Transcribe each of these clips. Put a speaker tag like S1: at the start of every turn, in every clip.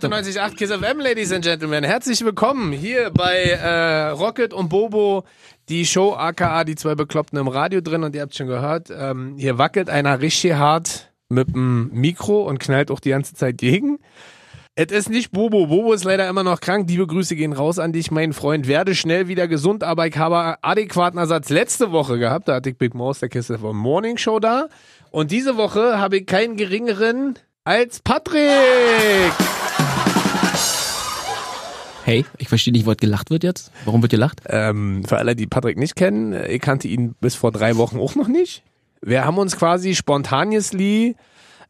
S1: 98,8 Kiss FM, Ladies and Gentlemen. Herzlich willkommen hier bei äh, Rocket und Bobo, die Show aka die zwei Bekloppten im Radio drin. Und ihr habt schon gehört, ähm, hier wackelt einer richtig hart mit dem Mikro und knallt auch die ganze Zeit gegen. Es ist nicht Bobo. Bobo ist leider immer noch krank. Liebe Grüße gehen raus an dich, mein Freund. Werde schnell wieder gesund, aber ich habe adäquaten Ersatz letzte Woche gehabt. Da hatte ich Big Mouse, der Kiste von Morning Show da. Und diese Woche habe ich keinen geringeren als Patrick.
S2: Hey, ich verstehe nicht, was gelacht wird jetzt. Warum wird gelacht?
S1: Ähm, für alle, die Patrick nicht kennen, äh, ich kannte ihn bis vor drei Wochen auch noch nicht. Wir haben uns quasi spontaneously,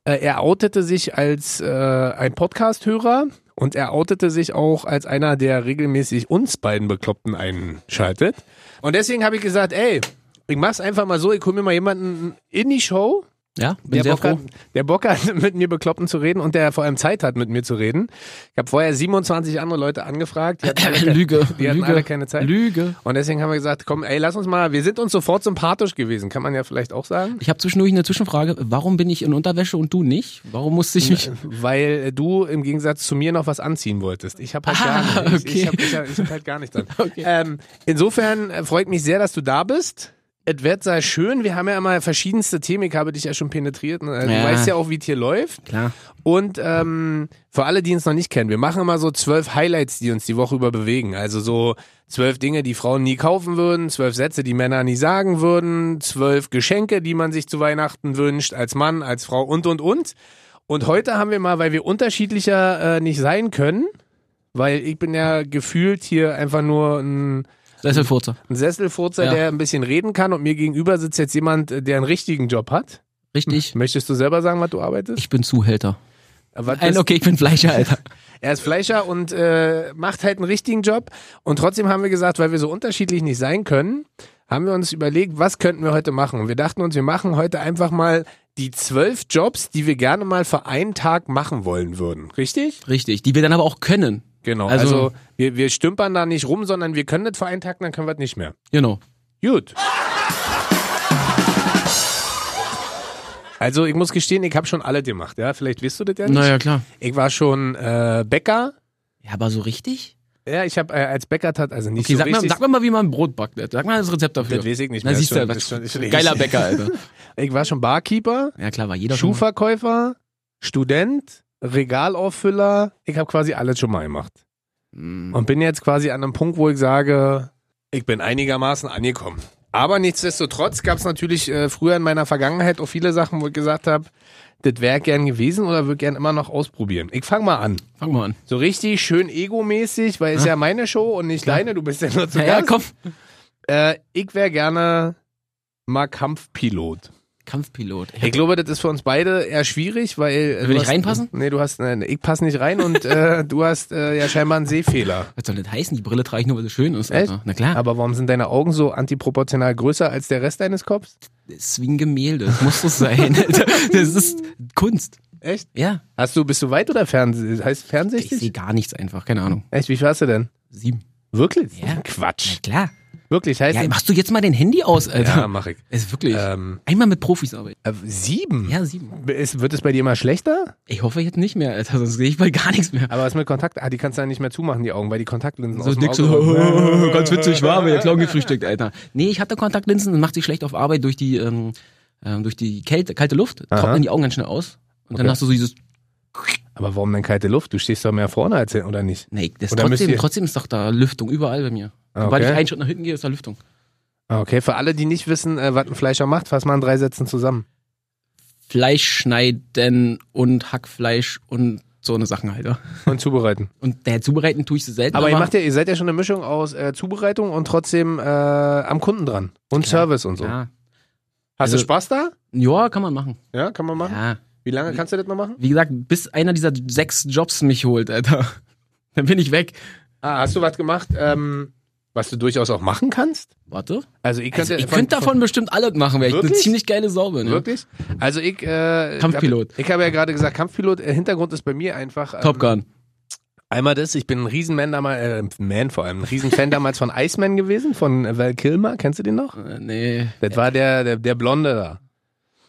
S1: äh, er outete sich als äh, ein Podcast-Hörer und er outete sich auch als einer, der regelmäßig uns beiden Bekloppten einschaltet. Und deswegen habe ich gesagt, ey, ich mach's einfach mal so, ich hol mir mal jemanden in die Show,
S2: Ja, bin
S1: der
S2: sehr
S1: Bock,
S2: froh.
S1: hat, der Bock hat, mit mir Bekloppten zu reden und der vor allem Zeit hat, mit mir zu reden. Ich habe vorher 27 andere Leute angefragt. Die hatten alle keine-
S2: Lüge,
S1: Die hatten
S2: Lüge,
S1: alle keine Zeit.
S2: Lüge.
S1: Und deswegen haben wir gesagt, komm, ey, lass uns mal, wir sind uns sofort sympathisch gewesen, kann man ja vielleicht auch sagen.
S2: Ich habe zwischendurch eine Zwischenfrage. Warum bin ich in Unterwäsche und du nicht? Warum musste ich mich...
S1: Weil du im Gegensatz zu mir noch was anziehen wolltest. Ich habe halt
S2: Ah,
S1: gar nicht. Ich, ich
S2: okay.
S1: habe ich hab, ich hab halt gar nicht dran.
S2: Okay.
S1: Ähm, insofern äh, freut mich sehr, dass du da bist. Es wird sehr schön. Wir haben ja immer verschiedenste Themen. Ich habe dich ja schon penetriert. ne? Du
S2: Ja.
S1: weißt ja auch, wie es hier läuft.
S2: Klar.
S1: Und ähm, für alle, die uns noch nicht kennen, wir machen immer so zwölf Highlights, die uns die Woche über bewegen. Also so zwölf Dinge, die Frauen nie kaufen würden, zwölf Sätze, die Männer nie sagen würden, zwölf Geschenke, die man sich zu Weihnachten wünscht, als Mann, als Frau und, und, und. Und heute haben wir mal, weil wir unterschiedlicher äh, nicht sein können, weil ich bin ja gefühlt hier einfach nur ein,
S2: Das ist ein Furzer.
S1: ein Sesselfurzer,
S2: Ja.
S1: der ein bisschen reden kann und mir gegenüber sitzt jetzt jemand, äh, der einen richtigen Job hat.
S2: Richtig.
S1: Möchtest du selber sagen, was du arbeitest? Äh,
S2: Ich bin Zuhälter.
S1: Was
S2: Ein,
S1: bist-
S2: okay, ich bin Fleischer, Alter.
S1: Er ist Fleischer und äh, macht halt einen richtigen Job. Und trotzdem haben wir gesagt, weil wir so unterschiedlich nicht sein können, haben wir uns überlegt, was könnten wir heute machen. Und wir dachten uns, wir machen heute einfach mal die zwölf Jobs, die wir gerne mal für einen Tag machen wollen würden. Richtig?
S2: Richtig. Die wir dann aber auch können.
S1: Genau. Also,
S2: Also-
S1: wir, wir stümpern da nicht rum, sondern wir können das für einen Tag, dann können wir das nicht mehr.
S2: Genau.
S1: Gut. Also ich muss gestehen, ich habe schon alle gemacht. Ja, vielleicht wisst du das ja nicht.
S2: Naja, klar.
S1: Ich war schon äh, Bäcker.
S2: Ja, aber so richtig?
S1: Ja, ich habe äh, als Bäcker tat, also nicht
S2: Okay,
S1: so
S2: sag, mal,
S1: richtig.
S2: sag mir mal, wie man Brot backt. Alter. Sag mal das Rezept dafür.
S1: das weiß ich nicht
S2: Na,
S1: mehr.
S2: siehst du,
S1: Schon-
S2: Alter.
S1: das schon- schon-
S2: Geiler Bäcker, Alter.
S1: Ich war schon Barkeeper,
S2: Ja, klar, war jeder schon mal-
S1: Schuhverkäufer, Student, Regalauffüller. Ich habe quasi alles schon mal gemacht.
S2: Hm.
S1: Und bin jetzt quasi an einem Punkt, wo ich sage, ich bin einigermaßen angekommen. Aber nichtsdestotrotz gab es natürlich äh, früher in meiner Vergangenheit auch viele Sachen, wo ich gesagt habe, das wäre gern gewesen oder würde gern immer noch ausprobieren. Ich fange mal an.
S2: Fang mal an.
S1: So richtig schön egomäßig, weil es ja meine Show und nicht deine, du bist ja nur zu
S2: Ja, ja,
S1: Gast.
S2: komm.
S1: Äh, ich wäre gerne mal Kampfpilot.
S2: Kampfpilot.
S1: Ich glaube, das ist für uns beide eher schwierig, weil. äh,
S2: Will
S1: du
S2: ich
S1: hast-
S2: reinpassen?
S1: Nee, du hast. Nein, ich passe nicht rein und äh, du hast äh, ja scheinbar einen Sehfehler.
S2: Was soll das heißen? Die Brille trage ich nur, weil sie schön ist.
S1: Echt?
S2: Alter. Also, Na klar.
S1: Aber warum sind deine Augen so antiproportional größer als der Rest deines Kopfs?
S2: ist wie ein Gemälde. Das muss das sein. das ist Kunst.
S1: Echt?
S2: Ja.
S1: Hast du, bist du weit oder fern, heißt
S2: Ich sehe
S1: fernsichtig?
S2: gar nichts einfach. Keine Ahnung.
S1: Echt, wie viel hast du denn?
S2: Sieben.
S1: Wirklich?
S2: Ja.
S1: Quatsch.
S2: klar.
S1: Wirklich, heißt
S2: Ja, machst du jetzt mal dein Handy aus, Alter?
S1: ja mach ich.
S2: Ist wirklich.
S1: Ähm,
S2: Einmal mit Profis arbeiten.
S1: äh, sieben?
S2: Ja, sieben.
S1: Ist, wird es bei dir immer schlechter?
S2: Ich hoffe jetzt nicht mehr, Alter. Sonst sehe ich bald gar nichts mehr.
S1: Aber was mit Kontakt? Ah, die kannst du dann nicht mehr zumachen, die Augen, weil die Kontaktlinsen
S2: So
S1: aus dem
S2: nix
S1: Auge
S2: so, ganz witzig, war, wir klauen gefrühstückt, Alter. Nee, ich hatte Kontaktlinsen, das macht sich schlecht auf Arbeit durch die, ähm, ähm, durch die Kälte, kalte Luft,
S1: Aha.
S2: trocknen die Augen ganz schnell aus. Und dann
S1: Okay.
S2: hast du so dieses,
S1: Aber warum denn kalte Luft? Du stehst doch mehr vorne als hin- oder nicht?
S2: nee, das
S1: Oder müsst
S2: trotzdem,
S1: ihr-
S2: trotzdem ist doch da Lüftung überall bei mir.
S1: Ah,
S2: Sobald ich
S1: okay.
S2: einen Schritt nach hinten gehe, ist da Lüftung.
S1: Ah, Okay, für alle, die nicht wissen, äh, was ein Fleischer macht, fass mal in drei Sätzen zusammen.
S2: Fleisch schneiden und Hackfleisch und so eine Sachen, Alter.
S1: Und zubereiten.
S2: Und naja, zubereiten tue ich sie selten.
S1: Aber ihr, macht ja, ihr seid ja schon eine Mischung aus äh, Zubereitung und trotzdem äh, am Kunden dran. Und Service und so.
S2: ja.
S1: Hast du
S2: Also-
S1: Spaß da?
S2: ja, kann man machen.
S1: Ja, kann man machen.
S2: Ja.
S1: Wie lange kannst du das noch machen?
S2: Wie gesagt, bis einer dieser sechs Jobs mich holt, Alter. Dann bin ich weg.
S1: Ah, hast du was gemacht, ähm, was du durchaus auch machen kannst?
S2: Warte.
S1: Also ich könnte
S2: Also, ich
S1: von-
S2: könnte davon bestimmt alles machen, weil ich eine
S1: Wirklich?
S2: ziemlich geile Sau bin. Ne?
S1: Wirklich? Also ich äh,
S2: Kampfpilot.
S1: Ich habe ich habe ja gerade gesagt, Kampfpilot. Äh, Hintergrund ist bei mir einfach. Ähm,
S2: Top Gun.
S1: Einmal das, ich bin ein Riesenman damals, äh, Man vor allem, ein Riesenfan damals von Iceman gewesen, von äh, Val Kilmer. Kennst du den noch?
S2: Äh, nee.
S1: Das war der, der, der Blonde da.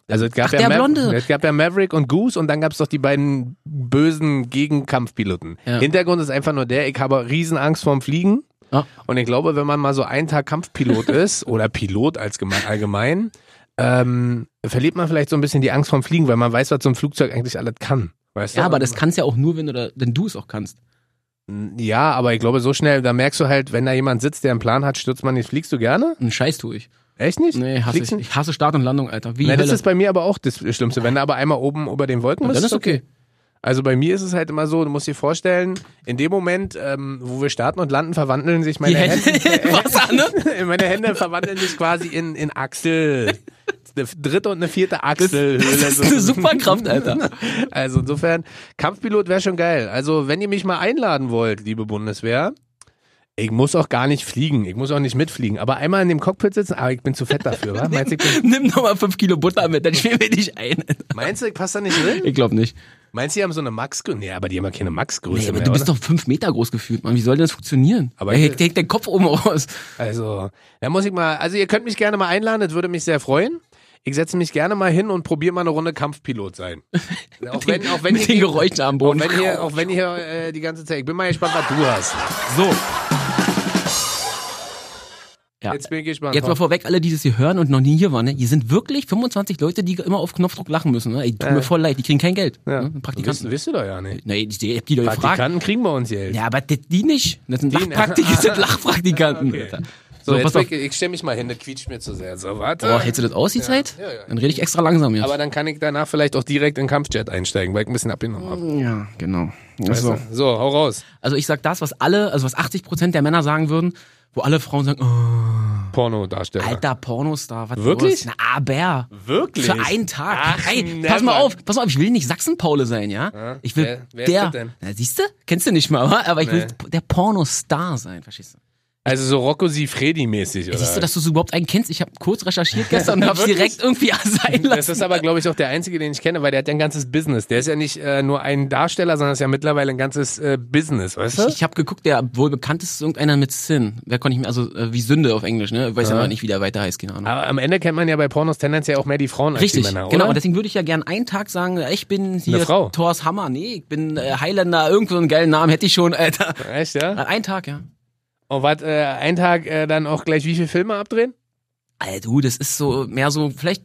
S1: Also es gab,
S2: Ach,
S1: ja
S2: der
S1: Maver-
S2: Blonde.
S1: es gab ja Maverick und Goose und dann gab es doch die beiden bösen Gegenkampfpiloten.
S2: Ja.
S1: Hintergrund ist einfach nur der, ich habe Riesenangst vorm Fliegen.
S2: Ja.
S1: Und ich glaube, wenn man mal so einen Tag Kampfpilot ist oder Pilot als geme- allgemein, ähm, verliert man vielleicht so ein bisschen die Angst vorm Fliegen, weil man weiß, was so ein Flugzeug eigentlich alles kann. Weißt
S2: Ja,
S1: du?
S2: aber das kannst ja auch nur, wenn du, da, wenn du es auch kannst.
S1: Ähm, Ja, aber ich glaube, so schnell, da merkst du halt, wenn da jemand sitzt, der einen Plan hat, stürzt man nicht. Fliegst du gerne?
S2: Einen Scheiß tue ich.
S1: Echt nicht?
S2: Nee, hasse
S1: Fliegst
S2: ich.
S1: du-
S2: Ich hasse Start und Landung, Alter. Wie
S1: Na, das
S2: Hölle.
S1: ist bei mir aber auch das Schlimmste. Wenn du aber einmal oben über den Wolken
S2: Na,
S1: bist,
S2: dann ist okay.
S1: Also bei mir ist es halt immer so, du musst dir vorstellen, in dem Moment, ähm, wo wir starten und landen, verwandeln sich meine
S2: Die Hände
S1: Hände,
S2: im Wasser, ne?
S1: meine Hände verwandeln sich quasi in, in Achsel. Eine dritte und eine vierte Achselhöhle.
S2: Das ist eine Superkraft, Alter.
S1: Also insofern, Kampfpilot wäre schon geil. Also wenn ihr mich mal einladen wollt, liebe Bundeswehr, ich muss auch gar nicht fliegen, ich muss auch nicht mitfliegen, aber einmal in dem Cockpit sitzen, aber ich bin zu fett dafür, wa? Meinst du, ich, bin-
S2: Nimm nochmal 5 Kilo Butter mit, dann schmieren wir dich ein.
S1: meinst du, ich passe da nicht drin?
S2: Ich glaube nicht.
S1: Meinst du, die haben so eine Max-Größe? Nee, aber die haben ja keine Max-Größe
S2: Nee, aber
S1: mehr,
S2: du bist
S1: oder?
S2: doch 5 Meter groß gefühlt, Mann. Wie soll denn das funktionieren?
S1: Aber
S2: Aber hey,
S1: ich-
S2: hängt den Kopf oben raus.
S1: Also, da muss ich mal, also ihr könnt mich gerne mal einladen, das würde mich sehr freuen. Ich setze mich gerne mal hin und probiere mal eine Runde Kampfpilot sein. Auch wenn, auch wenn,
S2: mit den
S1: ihr, auch
S2: Geräuschen am Boden.
S1: wenn ihr, auch wenn ihr äh, die ganze Zeit, ich bin mal gespannt, was du hast.
S2: so. Ja.
S1: Jetzt bin ich gespannt.
S2: Jetzt mal vorweg, alle, die das hier hören und noch nie hier waren, ne? hier sind wirklich 25 Leute, die immer auf Knopfdruck lachen müssen. Ne? Ey, tut mir voll leid, die kriegen kein Geld.
S1: ja.
S2: Ne? Praktikanten.
S1: Praktikanten wisst ihr doch ja nicht.
S2: Nee, die, die, die doch gefragt.
S1: Praktikanten kriegen wir uns Geld.
S2: Ja, aber die, die nicht. Das sind
S1: nicht.
S2: Lachpraktikanten, sind Lachpraktikanten.
S1: Okay.
S2: Alter.
S1: So,
S2: So,
S1: jetzt
S2: pass
S1: bin
S2: auf.
S1: ich, ich stelle mich mal hin, das quietscht mir zu sehr. So, warte.
S2: Boah, hältst du das aus, die Zeit?
S1: Ja, ja.
S2: Dann rede ich extra langsam jetzt.
S1: aber dann kann ich danach vielleicht auch direkt in den Kampfjet einsteigen, weil ich ein bisschen abgenommen habe.
S2: ja, genau. Also,
S1: Weißt du? So, hau raus.
S2: also ich sag das, was alle, also was 80 Prozent der Männer sagen würden, wo alle Frauen sagen, oh,
S1: Pornodarsteller.
S2: alter Pornostar, was
S1: Wirklich?
S2: los? Na, aber.
S1: Wirklich?
S2: Für einen Tag.
S1: Ach,
S2: Ey,
S1: never.
S2: pass mal auf, pass mal auf, ich will nicht Sachsen-Paule sein, ja? Ich will
S1: wer- wer ist
S2: der.
S1: das denn?
S2: Na, siehst du? Kennst du nicht mal, wa? aber ich will
S1: Nee.
S2: der Pornostar sein, verstehst du?
S1: Also so Rocco Sifredi-mäßig, oder?
S2: Siehst du, dass du so überhaupt einen kennst? Ich habe kurz recherchiert gestern und hab's
S1: Wirklich?
S2: direkt irgendwie sein lassen.
S1: Das ist aber, glaube ich, auch der einzige, den ich kenne, weil der hat ja ein ganzes Business. Der ist ja nicht äh, nur ein Darsteller, sondern ist ja mittlerweile ein ganzes äh, Business, weißt du?
S2: Ich, ich habe geguckt, der wohl bekannteste ist irgendeiner mit Sin. Wer konnte ich mir, also äh, wie Sünde auf Englisch, ne? Ich weiß ja mal nicht, wie der weiter heißt, keine Ahnung.
S1: Aber am Ende kennt man ja bei Pornos tendenziell auch mehr die Frauen
S2: Richtig,
S1: als die Männer,
S2: genau. Und
S1: oder?
S2: deswegen würde ich ja gern einen Tag sagen, ich bin
S1: Eine
S2: hier
S1: Frau.
S2: Thors Hammer. Nee, ich bin äh, Highlander, irgendwo einen geilen Namen hätte ich schon, Alter.
S1: Echt, ja?
S2: Ein Tag, ja.
S1: Und was, äh, einen Tag äh, dann auch gleich wie viele Filme abdrehen?
S2: Alter, du, das ist so mehr so vielleicht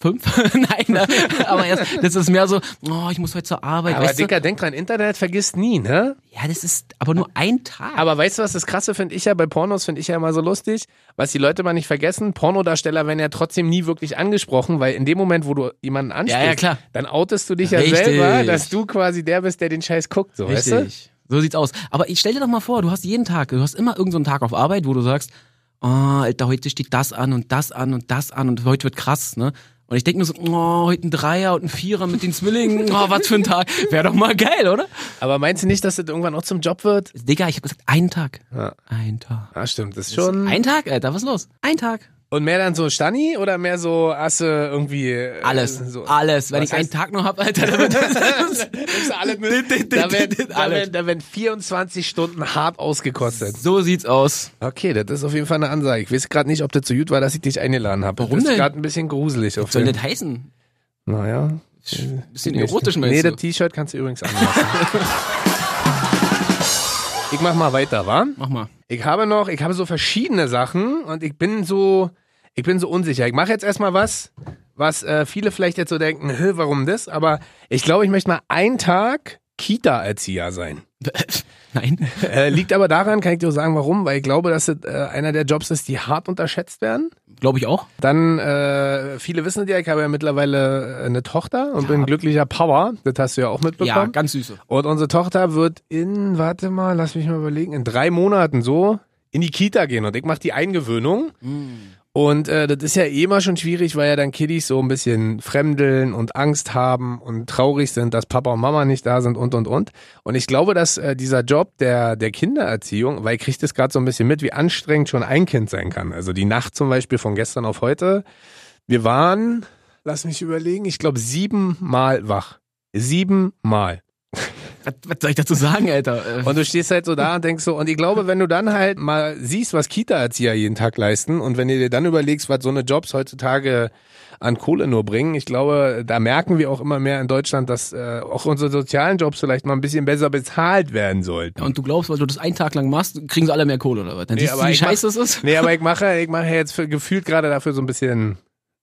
S2: fünf, nein, ne? aber erst, das ist mehr so, oh, ich muss heute zur Arbeit,
S1: Aber
S2: weißt du?
S1: Dicker, denk dran, Internet vergisst nie, ne?
S2: Ja, das ist aber nur ein Tag.
S1: Aber weißt du, was das Krasse finde ich ja bei Pornos, finde ich ja immer so lustig, was die Leute mal nicht vergessen, Pornodarsteller werden ja trotzdem nie wirklich angesprochen, weil in dem Moment, wo du jemanden ansprichst,
S2: Ja, ja, klar.
S1: dann outest du dich ja
S2: Richtig.
S1: selber, dass du quasi der bist, der den Scheiß guckt, so weißt du?
S2: So sieht's aus. Aber ich stell dir doch mal vor, du hast jeden Tag, du hast immer irgendeinen so einen Tag auf Arbeit, wo du sagst, oh, Alter, heute steht das an und das an und das an und heute wird krass, ne? Und ich denke mir so, oh, heute ein Dreier und ein Vierer mit den Zwillingen, oh, was für ein Tag. Wäre doch mal geil, oder?
S1: Aber meinst du nicht, dass das irgendwann auch zum Job wird?
S2: Digga, ich habe gesagt, einen Tag.
S1: Ja.
S2: Ein Tag.
S1: Ah, stimmt, das ist schon.
S2: Ein Tag, Alter, was ist los? Ein Tag.
S1: Und mehr dann so Stani oder mehr so Asse irgendwie. äh,
S2: Alles,
S1: So.
S2: alles. Wenn
S1: Was
S2: ich einen
S1: heißt-
S2: Tag noch hab, Alter, dann wird das
S1: Ist alles mit, da, werden, da, werden, da werden 24 Stunden hart ausgekostet.
S2: So sieht's aus.
S1: Okay, das ist auf jeden Fall eine Ansage. Ich weiß gerade nicht, ob das so gut war, dass ich dich eingeladen habe.
S2: Warum
S1: Das ist
S2: denn?
S1: gerade ein bisschen gruselig. Auf
S2: Soll
S1: jeden
S2: das heißen?
S1: Naja.
S2: Bisschen erotisch,
S1: Nee,
S2: meinst
S1: das
S2: du?
S1: T-Shirt kannst du übrigens anlassen. ich mach mal weiter, wa?
S2: Mach mal.
S1: Ich habe noch, ich habe so verschiedene Sachen und ich bin so, ich bin so unsicher. Ich mache jetzt erstmal was, was äh, viele vielleicht jetzt so denken, "Hä, warum das? Aber ich glaube, ich möchte mal einen Tag Kita-Erzieher sein.
S2: Nein.
S1: Äh, liegt aber daran, kann ich dir auch sagen, warum, weil ich glaube, dass das äh, einer der Jobs ist, die hart unterschätzt werden.
S2: Glaube ich auch.
S1: Dann, äh, viele wissen ja, ich habe ja mittlerweile äh, eine Tochter und bin glücklicher Power. Das hast du ja auch
S2: Ja,
S1: mitbekommen.
S2: ganz süße.
S1: und unsere Tochter wird in, warte mal, lass mich mal überlegen, in drei Monaten so in die Kita gehen und ich mache die Eingewöhnung. Und äh, das ist ja eh immer schon schwierig, weil ja dann Kiddies so ein bisschen fremdeln und Angst haben und traurig sind, dass Papa und Mama nicht da sind und und und. Und ich glaube, dass äh, dieser Job der, der Kindererziehung, weil ich kriege das gerade so ein bisschen mit, wie anstrengend schon ein Kind sein kann. Also die Nacht zum Beispiel von gestern auf heute. Wir waren, lass mich überlegen, ich glaube siebenmal wach. Siebenmal.
S2: was, was soll ich dazu sagen, Alter? Äh,
S1: Und du stehst halt so da und denkst so, und ich glaube, wenn du dann halt mal siehst, was Kita-Erzieher jeden Tag leisten und wenn du dir dann überlegst, was so eine Jobs heutzutage an Kohle nur bringen, ich glaube, da merken wir auch immer mehr in Deutschland, dass äh, auch unsere sozialen Jobs vielleicht mal ein bisschen besser bezahlt werden sollten.
S2: Und du glaubst, weil du das einen Tag lang machst, kriegen sie alle mehr Kohle oder was? Dann
S1: Nee,
S2: siehst du,
S1: aber
S2: wie
S1: ich mach-
S2: scheiße es ist?
S1: Nee, aber ich mache, ich mache jetzt für, gefühlt gerade dafür so ein bisschen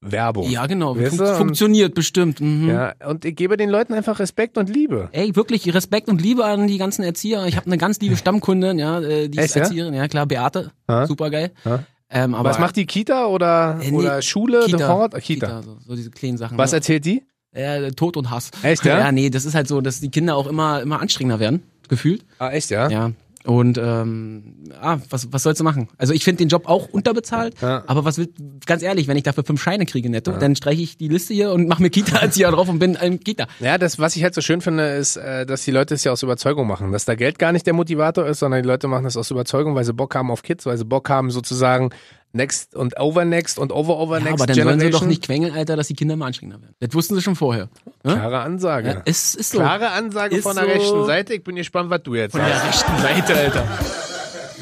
S1: Werbung.
S2: Ja, genau.
S1: Oh. Weißt du,
S2: Fun
S1: und-
S2: funktioniert bestimmt. Mhm.
S1: Ja, und ich gebe den Leuten einfach Respekt und Liebe.
S2: Ey, wirklich Respekt und Liebe an die ganzen Erzieher. Ich habe eine ganz liebe Stammkundin, ja, äh, die
S1: Echt,
S2: ist
S1: ja?
S2: Erzieherin, ja klar, Beate,
S1: Ja?
S2: supergeil.
S1: Ja?
S2: Ähm, aber
S1: Was macht die Kita oder,
S2: Äh, nee,
S1: oder Schule,
S2: Kita?
S1: The Hort? Äh, Kita.
S2: Kita, so, so diese kleinen Sachen.
S1: Was
S2: ne?
S1: erzählt die?
S2: äh, Tod und Hass.
S1: Echt, ja?
S2: Ja, nee, das ist halt so, dass die Kinder auch immer immer anstrengender werden, gefühlt.
S1: Ah, echt, ja?
S2: Ja. Und ähm, ah, was, was sollst du machen? Also ich finde den Job auch unterbezahlt,
S1: Ja.
S2: aber was will, ganz ehrlich, wenn ich dafür fünf Scheine kriege netto, dann streiche ich die Liste hier und mache mir Kita-Erzieher drauf und bin ein Kita.
S1: Ja, das, was ich halt so schön finde, ist, äh, dass die Leute es ja aus Überzeugung machen. Dass da Geld gar nicht der Motivator ist, sondern die Leute machen das aus Überzeugung, weil sie Bock haben auf Kids, weil sie Bock haben sozusagen Next und Overnext und Over-Over-Next
S2: Ja, aber dann sollen
S1: Generation.
S2: sie doch nicht quengeln, Alter, dass die Kinder mal anstrengender werden. Das wussten sie schon vorher. Ne?
S1: Klare Ansage.
S2: Ja, es ist so.
S1: Klare Ansage
S2: Ist
S1: von der
S2: so.
S1: rechten Seite. Ich bin gespannt, was du jetzt sagst.
S2: rechten Seite, Alter.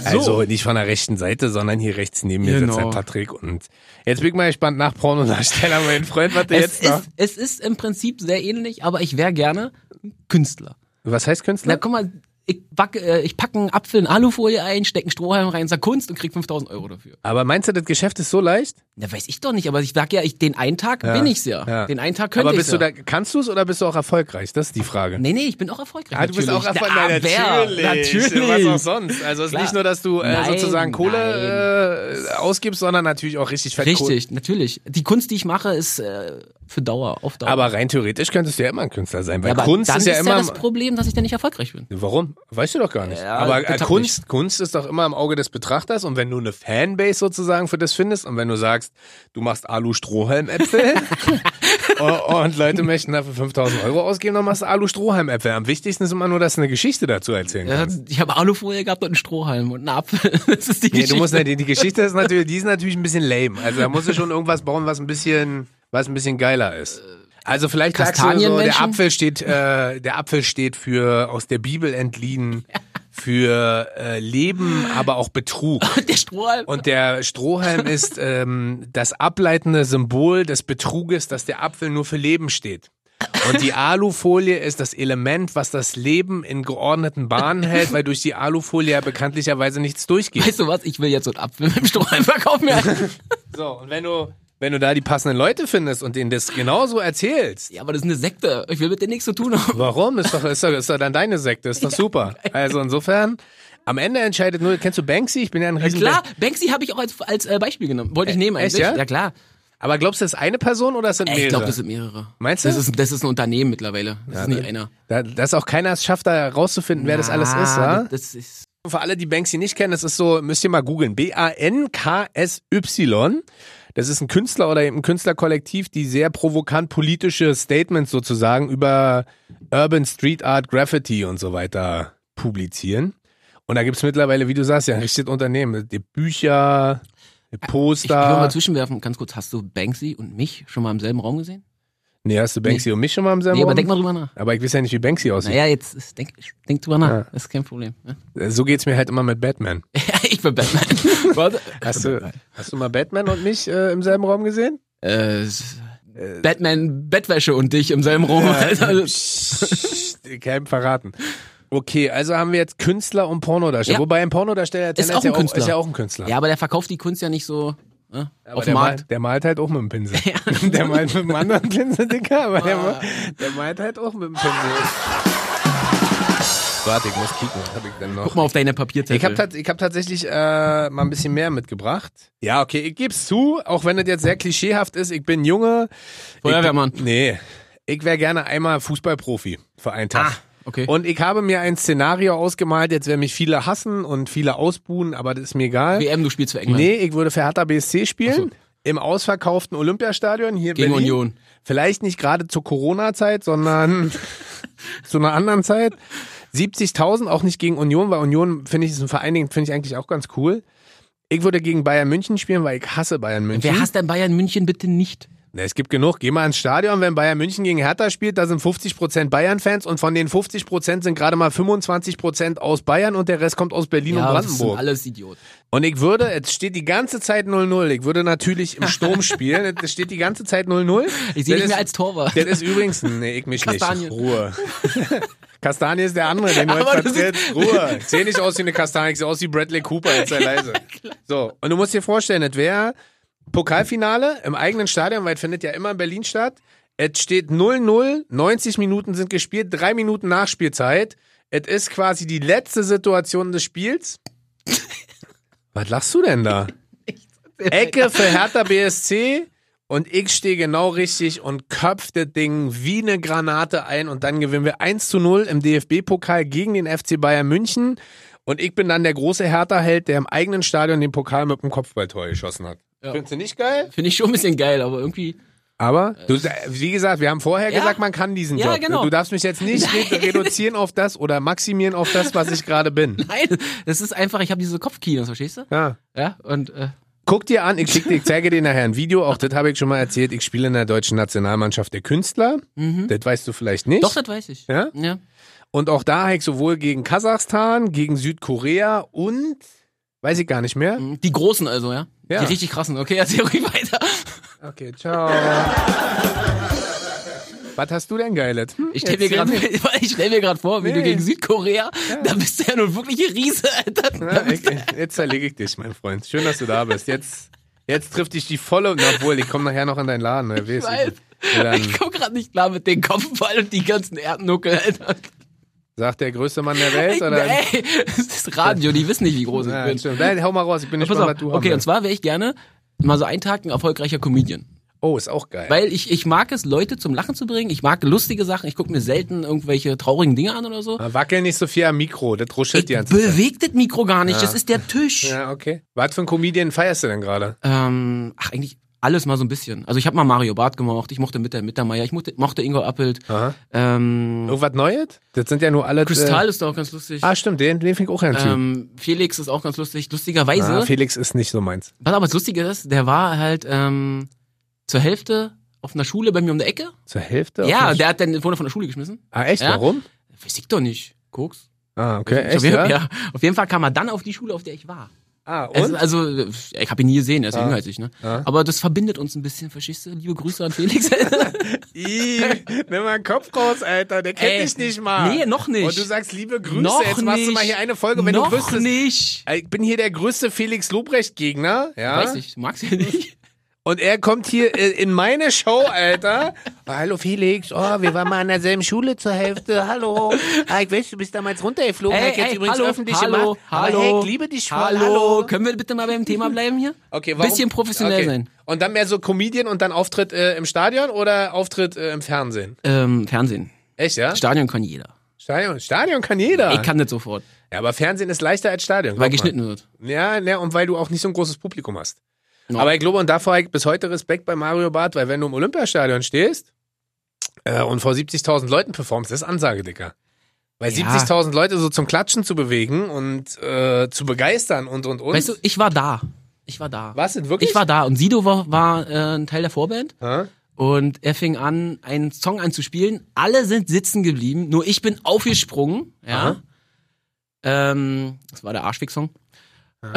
S1: Also nicht von der rechten Seite, sondern hier rechts neben mir
S2: Genau.
S1: sitzt der Patrick. Und jetzt bin ich mal gespannt nach Pornodarsteller, mein Freund, was du
S2: Es
S1: jetzt noch...
S2: ist, es ist im Prinzip sehr ähnlich, aber ich wäre gerne ein Künstler.
S1: Was heißt
S2: Na,
S1: Künstler?
S2: guck mal, ich, backe, äh, ich packe einen Apfel in Alufolie ein, stecke einen Strohhalm rein, sag Kunst und krieg 5000 Euro dafür.
S1: Aber meinst du, das Geschäft ist so leicht?
S2: Na, weiß ich doch nicht, aber ich sag ja, ich, den einen Tag bin ich's ja.
S1: ja.
S2: Den einen Tag könnte
S1: Aber bist
S2: ich's
S1: du
S2: ja.
S1: da, kannst du es oder bist du auch erfolgreich? Das ist die Frage.
S2: Nee, nee, ich bin auch erfolgreich.
S1: Ah, du bist auch
S2: natürlich.
S1: erfolgreich.
S2: Na,
S1: Nein,
S2: wer?
S1: Was
S2: Natürlich.
S1: auch sonst. Also es ist
S2: Klar.
S1: nicht nur, dass du äh,
S2: Nein,
S1: sozusagen Kohle äh, ausgibst, sondern natürlich auch richtig fett Kohle.
S2: Richtig, natürlich. Die Kunst, die ich mache, ist äh, für Dauer, auf Dauer.
S1: Aber rein theoretisch könntest du ja immer ein Künstler sein, weil
S2: Ja, aber
S1: Kunst
S2: dann
S1: ist ja immer.
S2: das Problem, dass ich dann nicht erfolgreich bin.
S1: Warum? Weißt du doch gar nicht.
S2: Ja,
S1: aber äh,
S2: betrachtet.
S1: Kunst, Kunst ist doch immer im Auge des Betrachters und wenn du eine Fanbase sozusagen für das findest und wenn du sagst, du machst Alu-Strohhalm-Äpfel und, und Leute möchten dafür 5000 Euro ausgeben, dann machst du Alu-Strohhalm-Äpfel. Am wichtigsten ist immer nur, dass du eine Geschichte dazu erzählen kannst.
S2: Ja, ich habe Alufolie gehabt und einen Strohhalm und einen Apfel. Das ist die
S1: Nee, du
S2: Geschichte.
S1: musst die, die Geschichte ist natürlich, die ist natürlich ein bisschen lame. Also da musst du schon irgendwas bauen, was ein bisschen, was ein bisschen geiler ist. Also vielleicht sagst du so, der
S2: Kastanienmenschen?
S1: Apfel steht, äh, der Apfel steht für aus der Bibel entliehen, für äh, Leben, aber auch Betrug.
S2: der Strohhalm.
S1: Und der Strohhalm ist ähm, das ableitende Symbol des Betruges, dass der Apfel nur für Leben steht. Und die Alufolie ist das Element, was das Leben in geordneten Bahnen hält, weil durch die Alufolie ja bekanntlicherweise nichts durchgeht.
S2: Weißt du was? Ich will jetzt so einen Apfel mit dem Strohhalm verkaufen.
S1: So, und wenn du, wenn du da die passenden Leute findest und denen das genauso erzählst,
S2: ja, aber das ist eine Sekte. Ich will mit denen nichts zu tun haben.
S1: warum? Ist doch, ist doch, ist doch dann deine Sekte, ist doch super. Also insofern, am Ende entscheidet nur, kennst du Banksy? Ich bin ja ein riesen
S2: Klar, Banksy habe ich auch als, als äh, Beispiel genommen. Wollte ich nehmen
S1: echt,
S2: eigentlich.
S1: ja?
S2: klar.
S1: Aber glaubst du, das ist eine Person oder es sind mehrere?
S2: Ey, ich glaube, das sind mehrere.
S1: Meinst du?
S2: Das ist, das ist ein Unternehmen mittlerweile. Das ist nicht einer.
S1: da, dass auch keiner es schafft, da rauszufinden, wer das alles ist,
S2: Ah,
S1: ja?
S2: Das ist
S1: Für alle, die Banksy nicht kennen, das ist so, müsst ihr mal googeln. B-A-N-K-S-Y. Das ist ein Künstler oder eben ein Künstlerkollektiv, die sehr provokant politische Statements sozusagen über Urban Street Art, Graffiti und so weiter publizieren. Und da gibt's mittlerweile, wie du sagst, ja, ein richtiges Unternehmen. Die Bücher, die
S2: Ah, ich will mal
S1: Poster.
S2: zwischenwerfen, ganz kurz. Hast du Banksy und mich schon mal im selben Raum gesehen?
S1: Nee, hast du Banksy und mich schon mal im selben
S2: Nee, aber
S1: Raum?
S2: denk mal drüber nach.
S1: aber ich weiß ja nicht, wie Banksy aussieht.
S2: Naja, jetzt ist- denk, denk drüber nach. Das ist kein Problem. Ja?
S1: So geht's mir halt immer mit Batman.
S2: ich bin Batman. Warte.
S1: Hast du, hast du mal Batman und mich äh, im selben Raum gesehen?
S2: Äh, Batman, Bettwäsche und dich im selben Raum. Alter.
S1: Psst, Keinem verraten. Okay, also haben wir jetzt Künstler und Pornodarsteller.
S2: Ja.
S1: Wobei ein Pornodarsteller tendenziell
S2: auch ein
S1: ja
S2: Künstler.
S1: ist ja auch ein Künstler.
S2: Ja, aber der verkauft die Kunst ja nicht so ne,
S1: aber
S2: auf
S1: der,
S2: dem Markt.
S1: Malt, der malt halt auch mit dem Pinsel. Der malt mit dem anderen Pinsel, Dicker, aber
S2: Ah.
S1: der, ma- der malt halt auch mit dem Pinsel. Warte, ich muss kicken. Was hab ich denn noch?
S2: Guck mal auf deine Papierzettel.
S1: Ich habe tats ich hab tatsächlich äh, mal ein bisschen mehr mitgebracht. Ja, okay, ich geb's zu, auch wenn das jetzt sehr klischeehaft ist. Ich bin Junge.
S2: Feuerwehrmann.
S1: Ich, nee, ich wäre gerne einmal Fußballprofi für einen Tag.
S2: okay.
S1: Und ich habe mir ein Szenario ausgemalt, jetzt werden mich viele hassen und viele ausbuhen, aber das ist mir egal.
S2: WM, du spielst für England.
S1: Nee, ich würde für Hertha BSC spielen. Im ausverkauften Olympiastadion hier in
S2: Gegen
S1: Berlin.
S2: Union.
S1: Vielleicht nicht gerade zur Corona-Zeit, sondern zu einer anderen Zeit. 70.000, auch nicht gegen Union, weil Union, finde ich, ist ein Verein, den finde ich eigentlich auch ganz cool. Ich würde gegen Bayern München spielen, weil ich hasse Bayern München.
S2: Wer hasst denn Bayern München bitte nicht?
S1: Ne, es gibt genug. Geh mal ins Stadion, wenn Bayern München gegen Hertha spielt, da sind 50% Bayern-Fans und von den 50% sind gerade mal 25% aus Bayern und der Rest kommt aus Berlin und
S2: das sind
S1: Brandenburg.
S2: alles Idioten.
S1: Und ich würde, es steht die ganze Zeit 0-0. Ich würde natürlich im Sturm spielen. Es steht die ganze Zeit 0-0.
S2: Ich
S1: Das
S2: sehe dich mehr
S1: ist-
S2: als Torwart.
S1: Das ist übrigens, nee, ich mich
S2: Kastanie.
S1: nicht. Ruhe. Kastanie ist der andere, den du jetzt
S2: Aber das
S1: vertrittst. Ruhe. Ich sehe nicht aus wie eine Kastanie, ich sehe aus wie Bradley Cooper, jetzt sei leise. So, und du musst dir vorstellen, das wäre Pokalfinale im eigenen Stadion, weil es findet ja immer in Berlin statt. Es steht 0-0, 90 Minuten sind gespielt, drei Minuten Nachspielzeit. Es ist quasi die letzte Situation des Spiels. Was lachst du denn da? Ecke für Hertha BSC und ich stehe genau richtig und köpf das Ding wie eine Granate ein und dann gewinnen wir 1 zu 0 im DFB-Pokal gegen den FC Bayern München und ich bin dann der große Hertha-Held, der im eigenen Stadion den Pokal mit dem Kopfballtor geschossen hat.
S2: Ja.
S1: Findest du nicht geil?
S2: Finde ich schon ein bisschen geil, aber irgendwie.
S1: Aber, du, wie gesagt, wir haben vorher
S2: Ja.
S1: gesagt, man kann diesen
S2: Ja,
S1: Job.
S2: genau.
S1: Du darfst mich jetzt nicht re reduzieren auf das oder maximieren auf das, was ich gerade bin.
S2: Nein, das ist einfach, ich habe diese Kopfkinos, verstehst du?
S1: Ja.
S2: Ja, und äh,
S1: Guck dir an, ich, schick, dir- ich zeige dir nachher ein Video, auch das habe ich schon mal erzählt. Ich spiele in der deutschen Nationalmannschaft der Künstler. Das weißt du vielleicht nicht.
S2: Mhm. doch, das weiß ich.
S1: Ja?
S2: ja.
S1: Und auch da habe ich sowohl gegen Kasachstan, gegen Südkorea und weiß ich gar nicht mehr.
S2: Die großen also, ja?
S1: Ja.
S2: Die richtig krassen. Okay, erzähl ruhig weiter.
S1: Okay, ciao. Was hast du denn geilet? Hm,
S2: Ich stell mir
S1: erzähl
S2: gerade
S1: mir.
S2: ich stell mir grad vor, wie
S1: Nee.
S2: du gegen Südkorea, da bist du ja nun wirklich ein Riese, Alter.
S1: Ja, ne? ich, jetzt zerlege ich dich, mein Freund. Schön, dass du da bist. Jetzt, jetzt trifft dich die volle. Na, obwohl, ich komme nachher noch in deinen Laden. Wer weiß.
S2: weiß.
S1: will dann-
S2: Ich komm grad nicht klar mit dem Kopfball und die ganzen Erdnuckel, Alter.
S1: Sagt der größte Mann der Welt? Oder?
S2: Ey, das ist Radio, die wissen nicht, wie groß
S1: Ja,
S2: ich bin.
S1: stimmt. Nein, hau mal raus. Ich bin nicht
S2: Pass
S1: mal,
S2: auf,
S1: was du haben
S2: okay, und
S1: willst.
S2: zwar wäre ich gerne mal so einen Tag ein erfolgreicher Comedian.
S1: Oh, ist auch geil.
S2: Weil ich, ich mag es, Leute zum Lachen zu bringen. Ich mag lustige Sachen. Ich gucke mir selten irgendwelche traurigen Dinge an oder so.
S1: Na, Ah, Wackel nicht so viel am Mikro, das
S2: Ich
S1: ruschelt die ganze Zeit.
S2: bewegt das Mikro gar nicht. Das ist der Tisch.
S1: Ja, okay. Was für ein Comedian feierst du denn gerade?
S2: Ähm, ach, eigentlich alles mal so ein bisschen. Also ich habe mal Mario Barth gemocht, ich mochte Mitter Mittermeier, ich mochte, mochte Ingo Appelt.
S1: Aha.
S2: Ähm,
S1: Irgendwas Neues? Das sind ja nur alle.
S2: Kristall
S1: Oh, Äh,
S2: ist da auch ganz lustig.
S1: ah, stimmt, den, den finde ich auch ein Typ.
S2: Ähm, Felix ist auch ganz lustig. Lustigerweise,
S1: ah, Felix ist nicht so meins.
S2: was aber das Lustige ist, der war halt ähm, zur Hälfte auf einer Schule bei mir um die Ecke.
S1: Zur Hälfte? auf
S2: ja,
S1: mich-
S2: der hat dann wurde von der Schule geschmissen.
S1: Ah, echt?
S2: Ja.
S1: Warum?
S2: Weiß ich doch nicht. Koks.
S1: Ah, okay.
S2: auf,
S1: Echt,
S2: jeden,
S1: ja?
S2: ja, auf jeden Fall kam er dann auf die Schule, auf der ich war.
S1: Ah,
S2: Es,
S1: und? Ah.
S2: also, ich habe ihn nie gesehen, er ist
S1: Ja.
S2: jünger als ich, ne?
S1: Ja.
S2: Aber das verbindet uns ein bisschen, verstehst du? Liebe Grüße an Felix.
S1: Ih, nimm mal den Kopf raus, Alter. Der kennt
S2: Ey,
S1: dich nicht mal.
S2: nee, noch nicht.
S1: Und du sagst liebe Grüße.
S2: Noch
S1: Jetzt machst du mal
S2: nicht.
S1: hier eine Folge, wenn
S2: Noch
S1: du wüsstest.
S2: nicht.
S1: Ich bin hier der größte Felix Lobrecht-Gegner. Ja? Oh,
S2: Weiß ich, magst du nicht?
S1: Und er kommt hier äh, in meine Show, Alter. Oh, hallo Felix, oh, wir waren mal an derselben Schule zur Hälfte. Hallo. Ah, ich weiß, du bist damals runtergeflogen.
S2: Ey,
S1: Hab ich jetzt
S2: ey,
S1: übrigens
S2: hallo,
S1: öffentlich
S2: hallo,
S1: gemacht. Aber
S2: hallo,
S1: hey, ich liebe dich voll.
S2: hallo.
S1: Hallo.
S2: Können wir bitte mal beim Thema bleiben hier?
S1: Okay, warum?
S2: Bisschen professionell
S1: Okay.
S2: sein.
S1: Und dann mehr so Comedian und dann Auftritt äh, im Stadion oder Auftritt äh, im Fernsehen?
S2: Ähm, Fernsehen.
S1: Echt, ja?
S2: Stadion kann jeder.
S1: Stadion, Stadion kann jeder.
S2: Ich kann das sofort,
S1: ja, aber Fernsehen ist leichter als Stadion.
S2: weil
S1: Guck mal.
S2: geschnitten wird.
S1: Ja, ja, und weil du auch nicht so ein großes Publikum hast.
S2: No.
S1: Aber ich glaube, und davor habe ich bis heute Respekt bei Mario Barth, weil wenn du im Olympiastadion stehst äh, und vor 70.000 Leuten performst, das ist Ansage, Dicker. Weil
S2: Ja.
S1: 70.000 Leute so zum Klatschen zu bewegen und äh, zu begeistern und und und.
S2: Weißt du, ich war da. Ich war da.
S1: was denn wirklich?
S2: Ich war da und Sido war, war äh, ein Teil der Vorband
S1: Hä?
S2: und er fing an, einen Song anzuspielen. Alle sind sitzen geblieben, nur ich bin aufgesprungen. Ja.
S1: Aha.
S2: Ähm, das war der Arschweg-Song.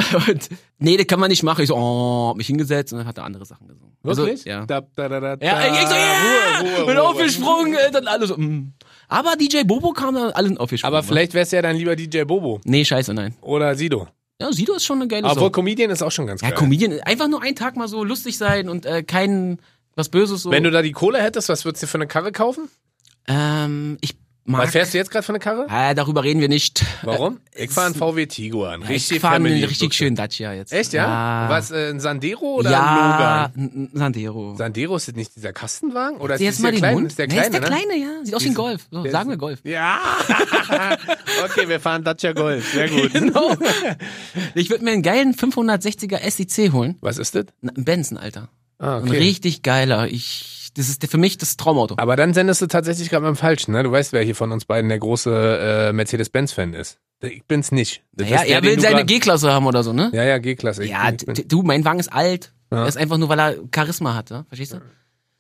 S2: Und, nee, das kann man nicht machen. Ich so, oh, hab mich hingesetzt und dann hat er andere Sachen gesungen.
S1: Wirklich?
S2: Also, ja.
S1: Da, da, da, da,
S2: Ja, ich, ich so, yeah!
S1: Ruhe, Ruhe,
S2: bin
S1: Ruhe.
S2: aufgesprungen, äh, dann alle so, mm. Aber DJ Bobo kam dann, alle sind aufgesprungen. ne?
S1: Aber vielleicht wär's ja dann lieber DJ Bobo
S2: Nee, scheiße, nein.
S1: oder Sido.
S2: Ja, Sido ist schon eine geile
S1: Obwohl
S2: Sache.
S1: Comedian ist auch schon ganz
S2: Ja,
S1: geil.
S2: Comedian, einfach nur einen Tag mal so lustig sein und äh, kein, was Böses so.
S1: Wenn du da die Kohle hättest, was würdest du für eine Karre kaufen?
S2: ähm, ich
S1: Was
S2: mag...
S1: fährst du jetzt gerade für eine Karre?
S2: Ah, darüber reden wir nicht.
S1: Warum? Ich fahre einen VW Tiguan.
S2: Äh,
S1: Richtig
S2: ich fahre einen
S1: Family.
S2: richtig schönen Dacia jetzt.
S1: Echt, ja?
S2: Ja.
S1: Was, äh, ein Sandero oder
S2: ja,
S1: ein Logan?
S2: ein ein Sandero.
S1: Sandero ist das nicht dieser Kastenwagen? Oder ist
S2: Sieh
S1: das
S2: jetzt mal
S1: der
S2: den
S1: kleine?
S2: Mund.
S1: Ist der
S2: Nee,
S1: kleine,
S2: ist der
S1: ne?
S2: kleine, ja. Sieht aus wie ein Golf. So,
S1: der
S2: sagen
S1: ist-
S2: wir Golf.
S1: Ja! okay, wir fahren Dacia Golf. Sehr gut.
S2: Genau. ich würde mir einen geilen 560er SIC holen.
S1: Was ist das?
S2: Ein Benson, Alter.
S1: Ah,
S2: Ein richtig geiler. Ich, das ist für mich das Traumauto.
S1: Aber dann sendest du tatsächlich gerade beim Falschen, ne? Du weißt, wer hier von uns beiden der große äh, Mercedes-Benz-Fan ist. Ich bin's nicht. Das
S2: Ja,
S1: ist der,
S2: er
S1: den
S2: will
S1: du
S2: seine
S1: grad-
S2: G-Klasse haben oder so, ne?
S1: Ja, ja, G-Klasse. Ich
S2: Ja,
S1: bin- ich bin-
S2: d- du, mein Wagen ist alt.
S1: Ja.
S2: Das ist einfach nur, weil er Charisma hatte, verstehst du?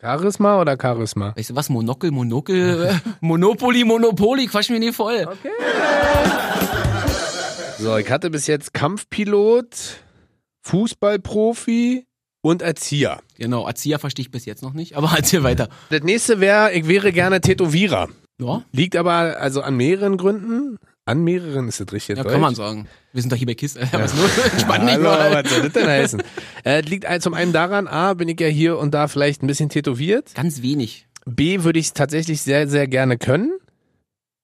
S1: Charisma oder Charisma?
S2: Weißt du was? Monokel, Monokel, äh, Monopoly, Monopoly, quatsch mir nie voll.
S1: So, ich hatte bis jetzt Kampfpilot, Fußballprofi und Erzieher.
S2: Genau, Erzieher verstehe ich bis jetzt noch nicht, aber erzähl weiter.
S1: Das nächste wäre, ich wäre gerne Tätowierer.
S2: Ja,
S1: Liegt aber also an mehreren Gründen. An mehreren ist das richtig.
S2: ja
S1: Deutsch.
S2: kann man sagen. Wir sind doch hier bei KISS, Alter, was nur? Spann dich
S1: Hallo,
S2: mal.
S1: was soll das denn heißen? äh, liegt ein- zum einen daran, A, bin ich ja hier und da vielleicht ein bisschen tätowiert.
S2: Ganz wenig.
S1: B, würde ich tatsächlich sehr, sehr gerne können.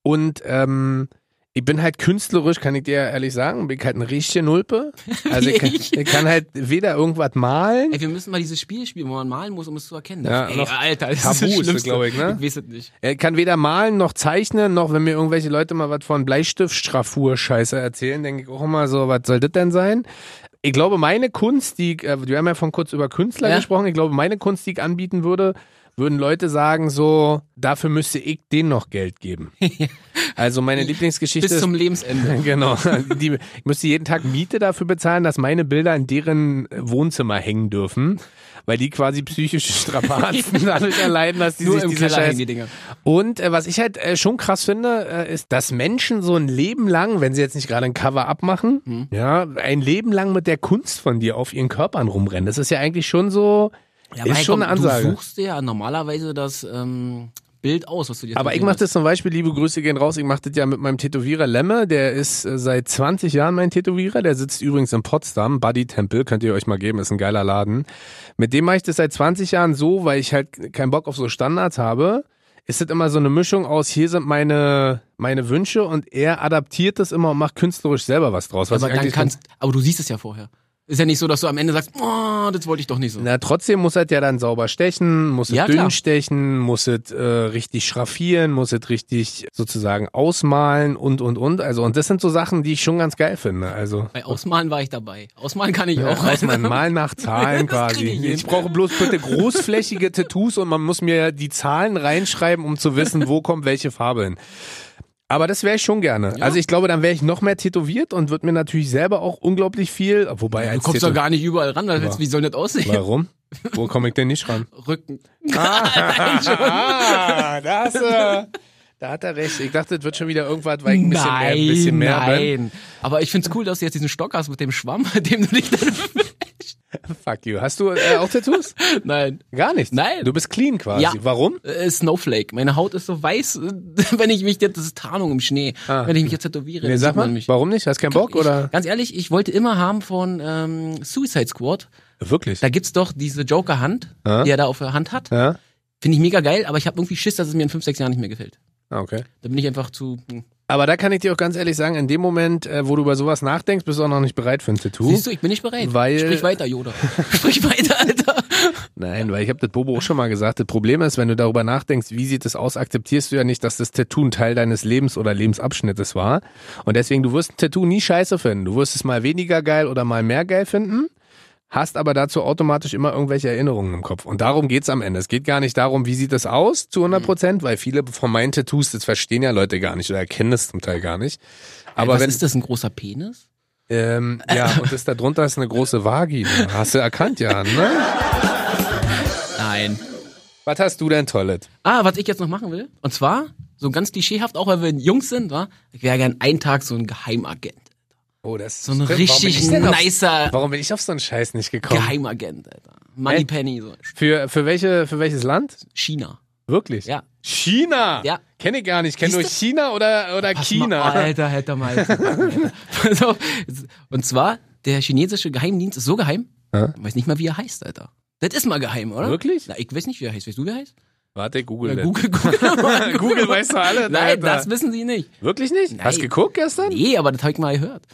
S1: Und ähm, ich bin halt künstlerisch, kann ich dir ehrlich sagen, bin ich halt eine richtige Nulpe. Also ich kann,
S2: ich.
S1: ich kann halt weder irgendwas malen.
S2: Ey, wir müssen mal dieses Spiel spielen, wo man malen muss, um es zu erkennen.
S1: Ja,
S2: Ey,
S1: noch
S2: Alter, das
S1: Tabu ist das,
S2: ist das
S1: glaub ich, ne?
S2: Ich weiß es nicht.
S1: Er kann weder malen noch zeichnen, noch wenn mir irgendwelche Leute mal was von Bleistiftstraffur-Scheiße erzählen, denke ich auch immer so, was soll das denn sein? Ich glaube, meine Kunst, die, ich- äh, wir haben ja von kurz über Künstler
S2: Ja.
S1: gesprochen, ich glaube, meine Kunst, die ich anbieten würde, würden Leute sagen so, dafür müsste ich denen noch Geld geben. also meine Lieblingsgeschichte
S2: Bis
S1: ist,
S2: zum Lebensende.
S1: genau, die, ich müsste jeden Tag Miete dafür bezahlen, dass meine Bilder in deren Wohnzimmer hängen dürfen, weil die quasi psychische Strapazen dadurch erleiden, dass die
S2: Nur
S1: sich
S2: im
S1: diese
S2: Keller
S1: Scheiße
S2: hängen die Dinger.
S1: und äh, was ich halt äh, schon krass finde, äh, ist, dass Menschen so ein Leben lang, wenn sie jetzt nicht gerade ein Cover abmachen, ja, ein Leben lang mit der Kunst von dir auf ihren Körpern rumrennen. Das ist ja eigentlich schon so,
S2: Ja,
S1: ist
S2: hey,
S1: schon
S2: komm,
S1: eine Ansage.
S2: Du suchst dir ja normalerweise das ähm, Bild aus, was du dir
S1: Aber ich
S2: tätowieren
S1: mache das zum Beispiel, liebe Grüße gehen raus, ich mache das ja mit meinem Tätowierer Lemme, der ist äh, seit 20 Jahren mein Tätowierer, der sitzt übrigens in Potsdam, Buddy Temple, könnt ihr euch mal geben, ist ein geiler Laden. Mit dem mache ich das seit 20 Jahren so, weil ich halt keinen Bock auf so Standards habe. Ist das immer so eine Mischung aus, hier sind meine, meine Wünsche und er adaptiert das immer und macht künstlerisch selber was draus. Was
S2: hast.
S1: ich
S2: Aber, dann
S1: eigentlich
S2: kannst, aber du siehst es ja vorher. Ist ja nicht so, dass du am Ende sagst, oh, das wollte ich doch nicht so.
S1: Na, trotzdem muss er ja dann sauber stechen, muss es
S2: Ja,
S1: dünn
S2: klar.
S1: stechen, muss es äh, richtig schraffieren, muss es richtig sozusagen ausmalen und und und. Also, und das sind so Sachen, die ich schon ganz geil finde. Also.
S2: Bei Ausmalen war ich dabei. Ausmalen kann ich auch.
S1: Aus meinem Malen nach Zahlen
S2: Das
S1: quasi.
S2: krieg ich hin.
S1: Ich brauche bloß bitte großflächige Tattoos und man muss mir die Zahlen reinschreiben, um zu wissen, wo kommt welche Farbe hin. Aber das wäre ich schon gerne. Also ich glaube, dann wäre ich noch mehr tätowiert und würde mir natürlich selber auch unglaublich viel, wobei
S2: Du
S1: als
S2: kommst doch
S1: Tätow-
S2: gar nicht überall ran, weil
S1: Ja.
S2: wie soll das aussehen?
S1: Warum? Wo komme ich denn nicht ran?
S2: Rücken.
S1: Ah, das, äh, da hat er recht. Ich dachte, das wird schon wieder irgendwas, weil ich ein bisschen mehr, ein bisschen mehr bin.
S2: nein. Aber ich find's cool, dass du jetzt diesen Stock hast mit dem Schwamm, mit dem du dich dann.
S1: Fuck you. Hast du äh, auch Tattoos?
S2: Nein.
S1: Gar nichts.
S2: Nein.
S1: Du bist clean quasi.
S2: Ja.
S1: Warum?
S2: Äh, Snowflake. Meine Haut ist so weiß, äh, wenn ich mich jetzt, das ist Tarnung im Schnee.
S1: Ah.
S2: Wenn ich mich jetzt tätowiere,
S1: Nee,
S2: dann
S1: sag
S2: sieht man
S1: mal,
S2: mich.
S1: warum nicht? Hast keinen Bock
S2: Ich,
S1: oder?
S2: Ganz ehrlich, ich wollte immer haben von ähm, Suicide Squad.
S1: Wirklich?
S2: Da gibt's doch diese Joker-Hand,
S1: Ja.
S2: die er da auf der Hand hat.
S1: Ah. Ja?
S2: Finde ich mega geil, aber ich habe irgendwie Schiss, dass es mir in fünf, sechs Jahren nicht mehr gefällt.
S1: Ah, Okay.
S2: Da bin ich einfach zu. Hm.
S1: Aber da kann ich dir auch ganz ehrlich sagen, in dem Moment, äh, wo du über sowas nachdenkst, bist du auch noch nicht bereit für ein Tattoo.
S2: Siehst du, ich bin nicht bereit.
S1: Weil-
S2: Sprich weiter, Yoda. Sprich weiter, Alter.
S1: Nein, weil ich habe das Bobo auch schon mal gesagt. Das Problem ist, wenn du darüber nachdenkst, wie sieht es aus, akzeptierst du ja nicht, dass das Tattoo ein Teil deines Lebens oder Lebensabschnittes war. Und deswegen, du wirst ein Tattoo nie scheiße finden. Du wirst es mal weniger geil oder mal mehr geil finden, hast aber dazu automatisch immer irgendwelche Erinnerungen im Kopf. Und darum geht's am Ende. Es geht gar nicht darum, wie sieht es aus zu 100 Prozent, weil viele von meinen Tattoos, das verstehen ja Leute gar nicht oder erkennen es zum Teil gar nicht. Aber
S2: Was
S1: wenn,
S2: ist das, ein großer Penis?
S1: ähm, ja, und das da drunter ist eine große Vagina. Hast du erkannt, ja, ne?
S2: Nein.
S1: Was hast du denn, Toilet?
S2: Ah, was ich jetzt noch machen will, und zwar, so ganz klischeehaft, auch weil wir Jungs sind, wa? Ich wäre gern einen Tag so ein Geheimagent.
S1: Oh, das
S2: So ein
S1: stimmt.
S2: richtig
S1: warum bin ich denn auf-
S2: nicer
S1: Warum bin ich auf so einen Scheiß nicht gekommen?
S2: Geheimagent, Alter. Moneypenny, so.
S1: Für, für, welche, für welches Land?
S2: China.
S1: Wirklich?
S2: Ja.
S1: China!
S2: Ja.
S1: Kenne ich gar nicht. Kenne nur
S2: Siehst
S1: China oder, oder
S2: Pass
S1: China.
S2: Mal, Alter, hätte mal. Alter. Pass auf. Und zwar, der chinesische Geheimdienst ist so geheim,
S1: Hä?
S2: ich weiß nicht mal, wie er heißt, Alter. Das ist mal geheim, oder?
S1: Wirklich?
S2: Na, ich weiß nicht, wie er heißt. Weißt du, wie er heißt?
S1: Warte, Google.
S2: Na,
S1: das.
S2: Google, Google, mal,
S1: Google
S2: mal.
S1: weiß doch alle,
S2: Nein,
S1: Alter.
S2: das wissen sie nicht.
S1: Wirklich nicht?
S2: Nein.
S1: Hast geguckt gestern?
S2: Nee, aber das habe ich mal gehört.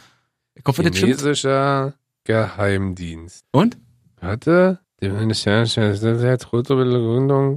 S2: Ich hoffe, das stimmt.
S1: Chinesischer Geheimdienst.
S2: Und?
S1: Warte. Der Gründung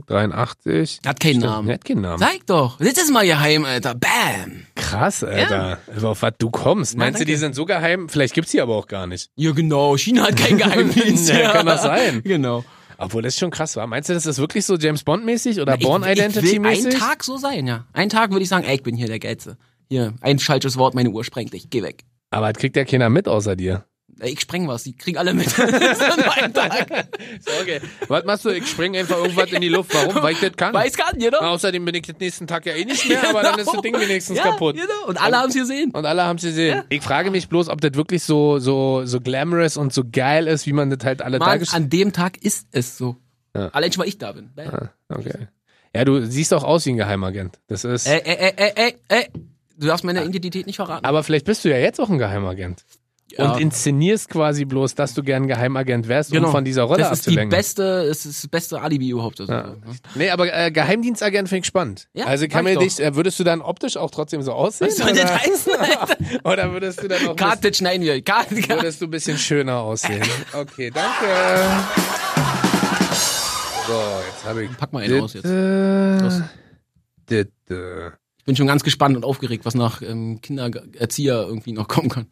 S1: 83.
S2: Hat keinen
S1: Stimmt, ne?
S2: Namen.
S1: der Hat keinen Namen.
S2: Zeig doch. Das ist mal geheim, Alter. Bam.
S1: Krass, Alter. Also Auf was du kommst.
S2: Na,
S1: Meinst du,
S2: danke.
S1: die sind so geheim? Vielleicht gibt's die aber auch gar nicht.
S2: Ja, genau. China hat keinen Geheimdienst.
S1: Ja, kann das sein.
S2: Genau.
S1: Obwohl das schon krass war. Meinst du, das ist wirklich so James Bond-mäßig oder
S2: Ich-
S1: Born
S2: Ich will einen
S1: Identity-mäßig?
S2: Tag so sein, ja. Einen Tag würde ich sagen, ey, ich bin hier der Geilste. Hier, ein falsches Wort, meine Uhr sprengt dich. Geh weg.
S1: Aber das kriegt ja keiner mit außer dir.
S2: Ey, ich spreng was, die kriegen alle mit. das ist an meinem Tag.
S1: Okay. Was machst du? Ich springe einfach irgendwas in die Luft. Warum? Weil ich das kann.
S2: Weiß gar nicht, genau.
S1: Außerdem bin ich den nächsten Tag ja eh nicht mehr, aber dann ist das Ding wenigstens
S2: ja,
S1: kaputt.
S2: Genau. Und alle haben es gesehen.
S1: Und alle haben es gesehen. Ich frage mich bloß, ob das wirklich so, so, so glamorous und so geil ist, wie man das halt alle
S2: Mann,
S1: Tage...
S2: an dem Tag ist es so. Allein schon, weil ich da bin. Ne?
S1: Okay. Ja, du siehst auch aus wie ein Geheimagent. Das ist...
S2: Ey, ey, ey, ey, ey, ey. Du darfst meine Identität nicht verraten.
S1: Aber vielleicht bist du ja jetzt auch ein Geheimagent.
S2: Ja. Genau.
S1: Und inszenierst quasi bloß, dass du gern Geheimagent wärst, um von dieser Rolle
S2: das ist die
S1: abzulenken.
S2: beste, es ist das beste Alibi überhaupt. Also,
S1: Ja.
S2: ne?
S1: Nee, aber äh, Geheimdienstagent finde ich spannend.
S2: Ja,
S1: also kann
S2: sag
S1: mir
S2: ich
S1: dich, äh, würdest du dann optisch auch trotzdem so aussehen?
S2: Was soll das
S1: oder,
S2: heißen? Alter?
S1: oder würdest du dann auch ein
S2: Karte schneiden wir. Karte,
S1: bisschen,
S2: Karte.
S1: würdest du ein bisschen schöner aussehen? Okay, danke. So, jetzt habe ich.
S2: Pack mal einen aus jetzt.
S1: Ditte, Ditte.
S2: Ich bin schon ganz gespannt und aufgeregt, was nach ähm, Kindererzieher irgendwie noch kommen kann.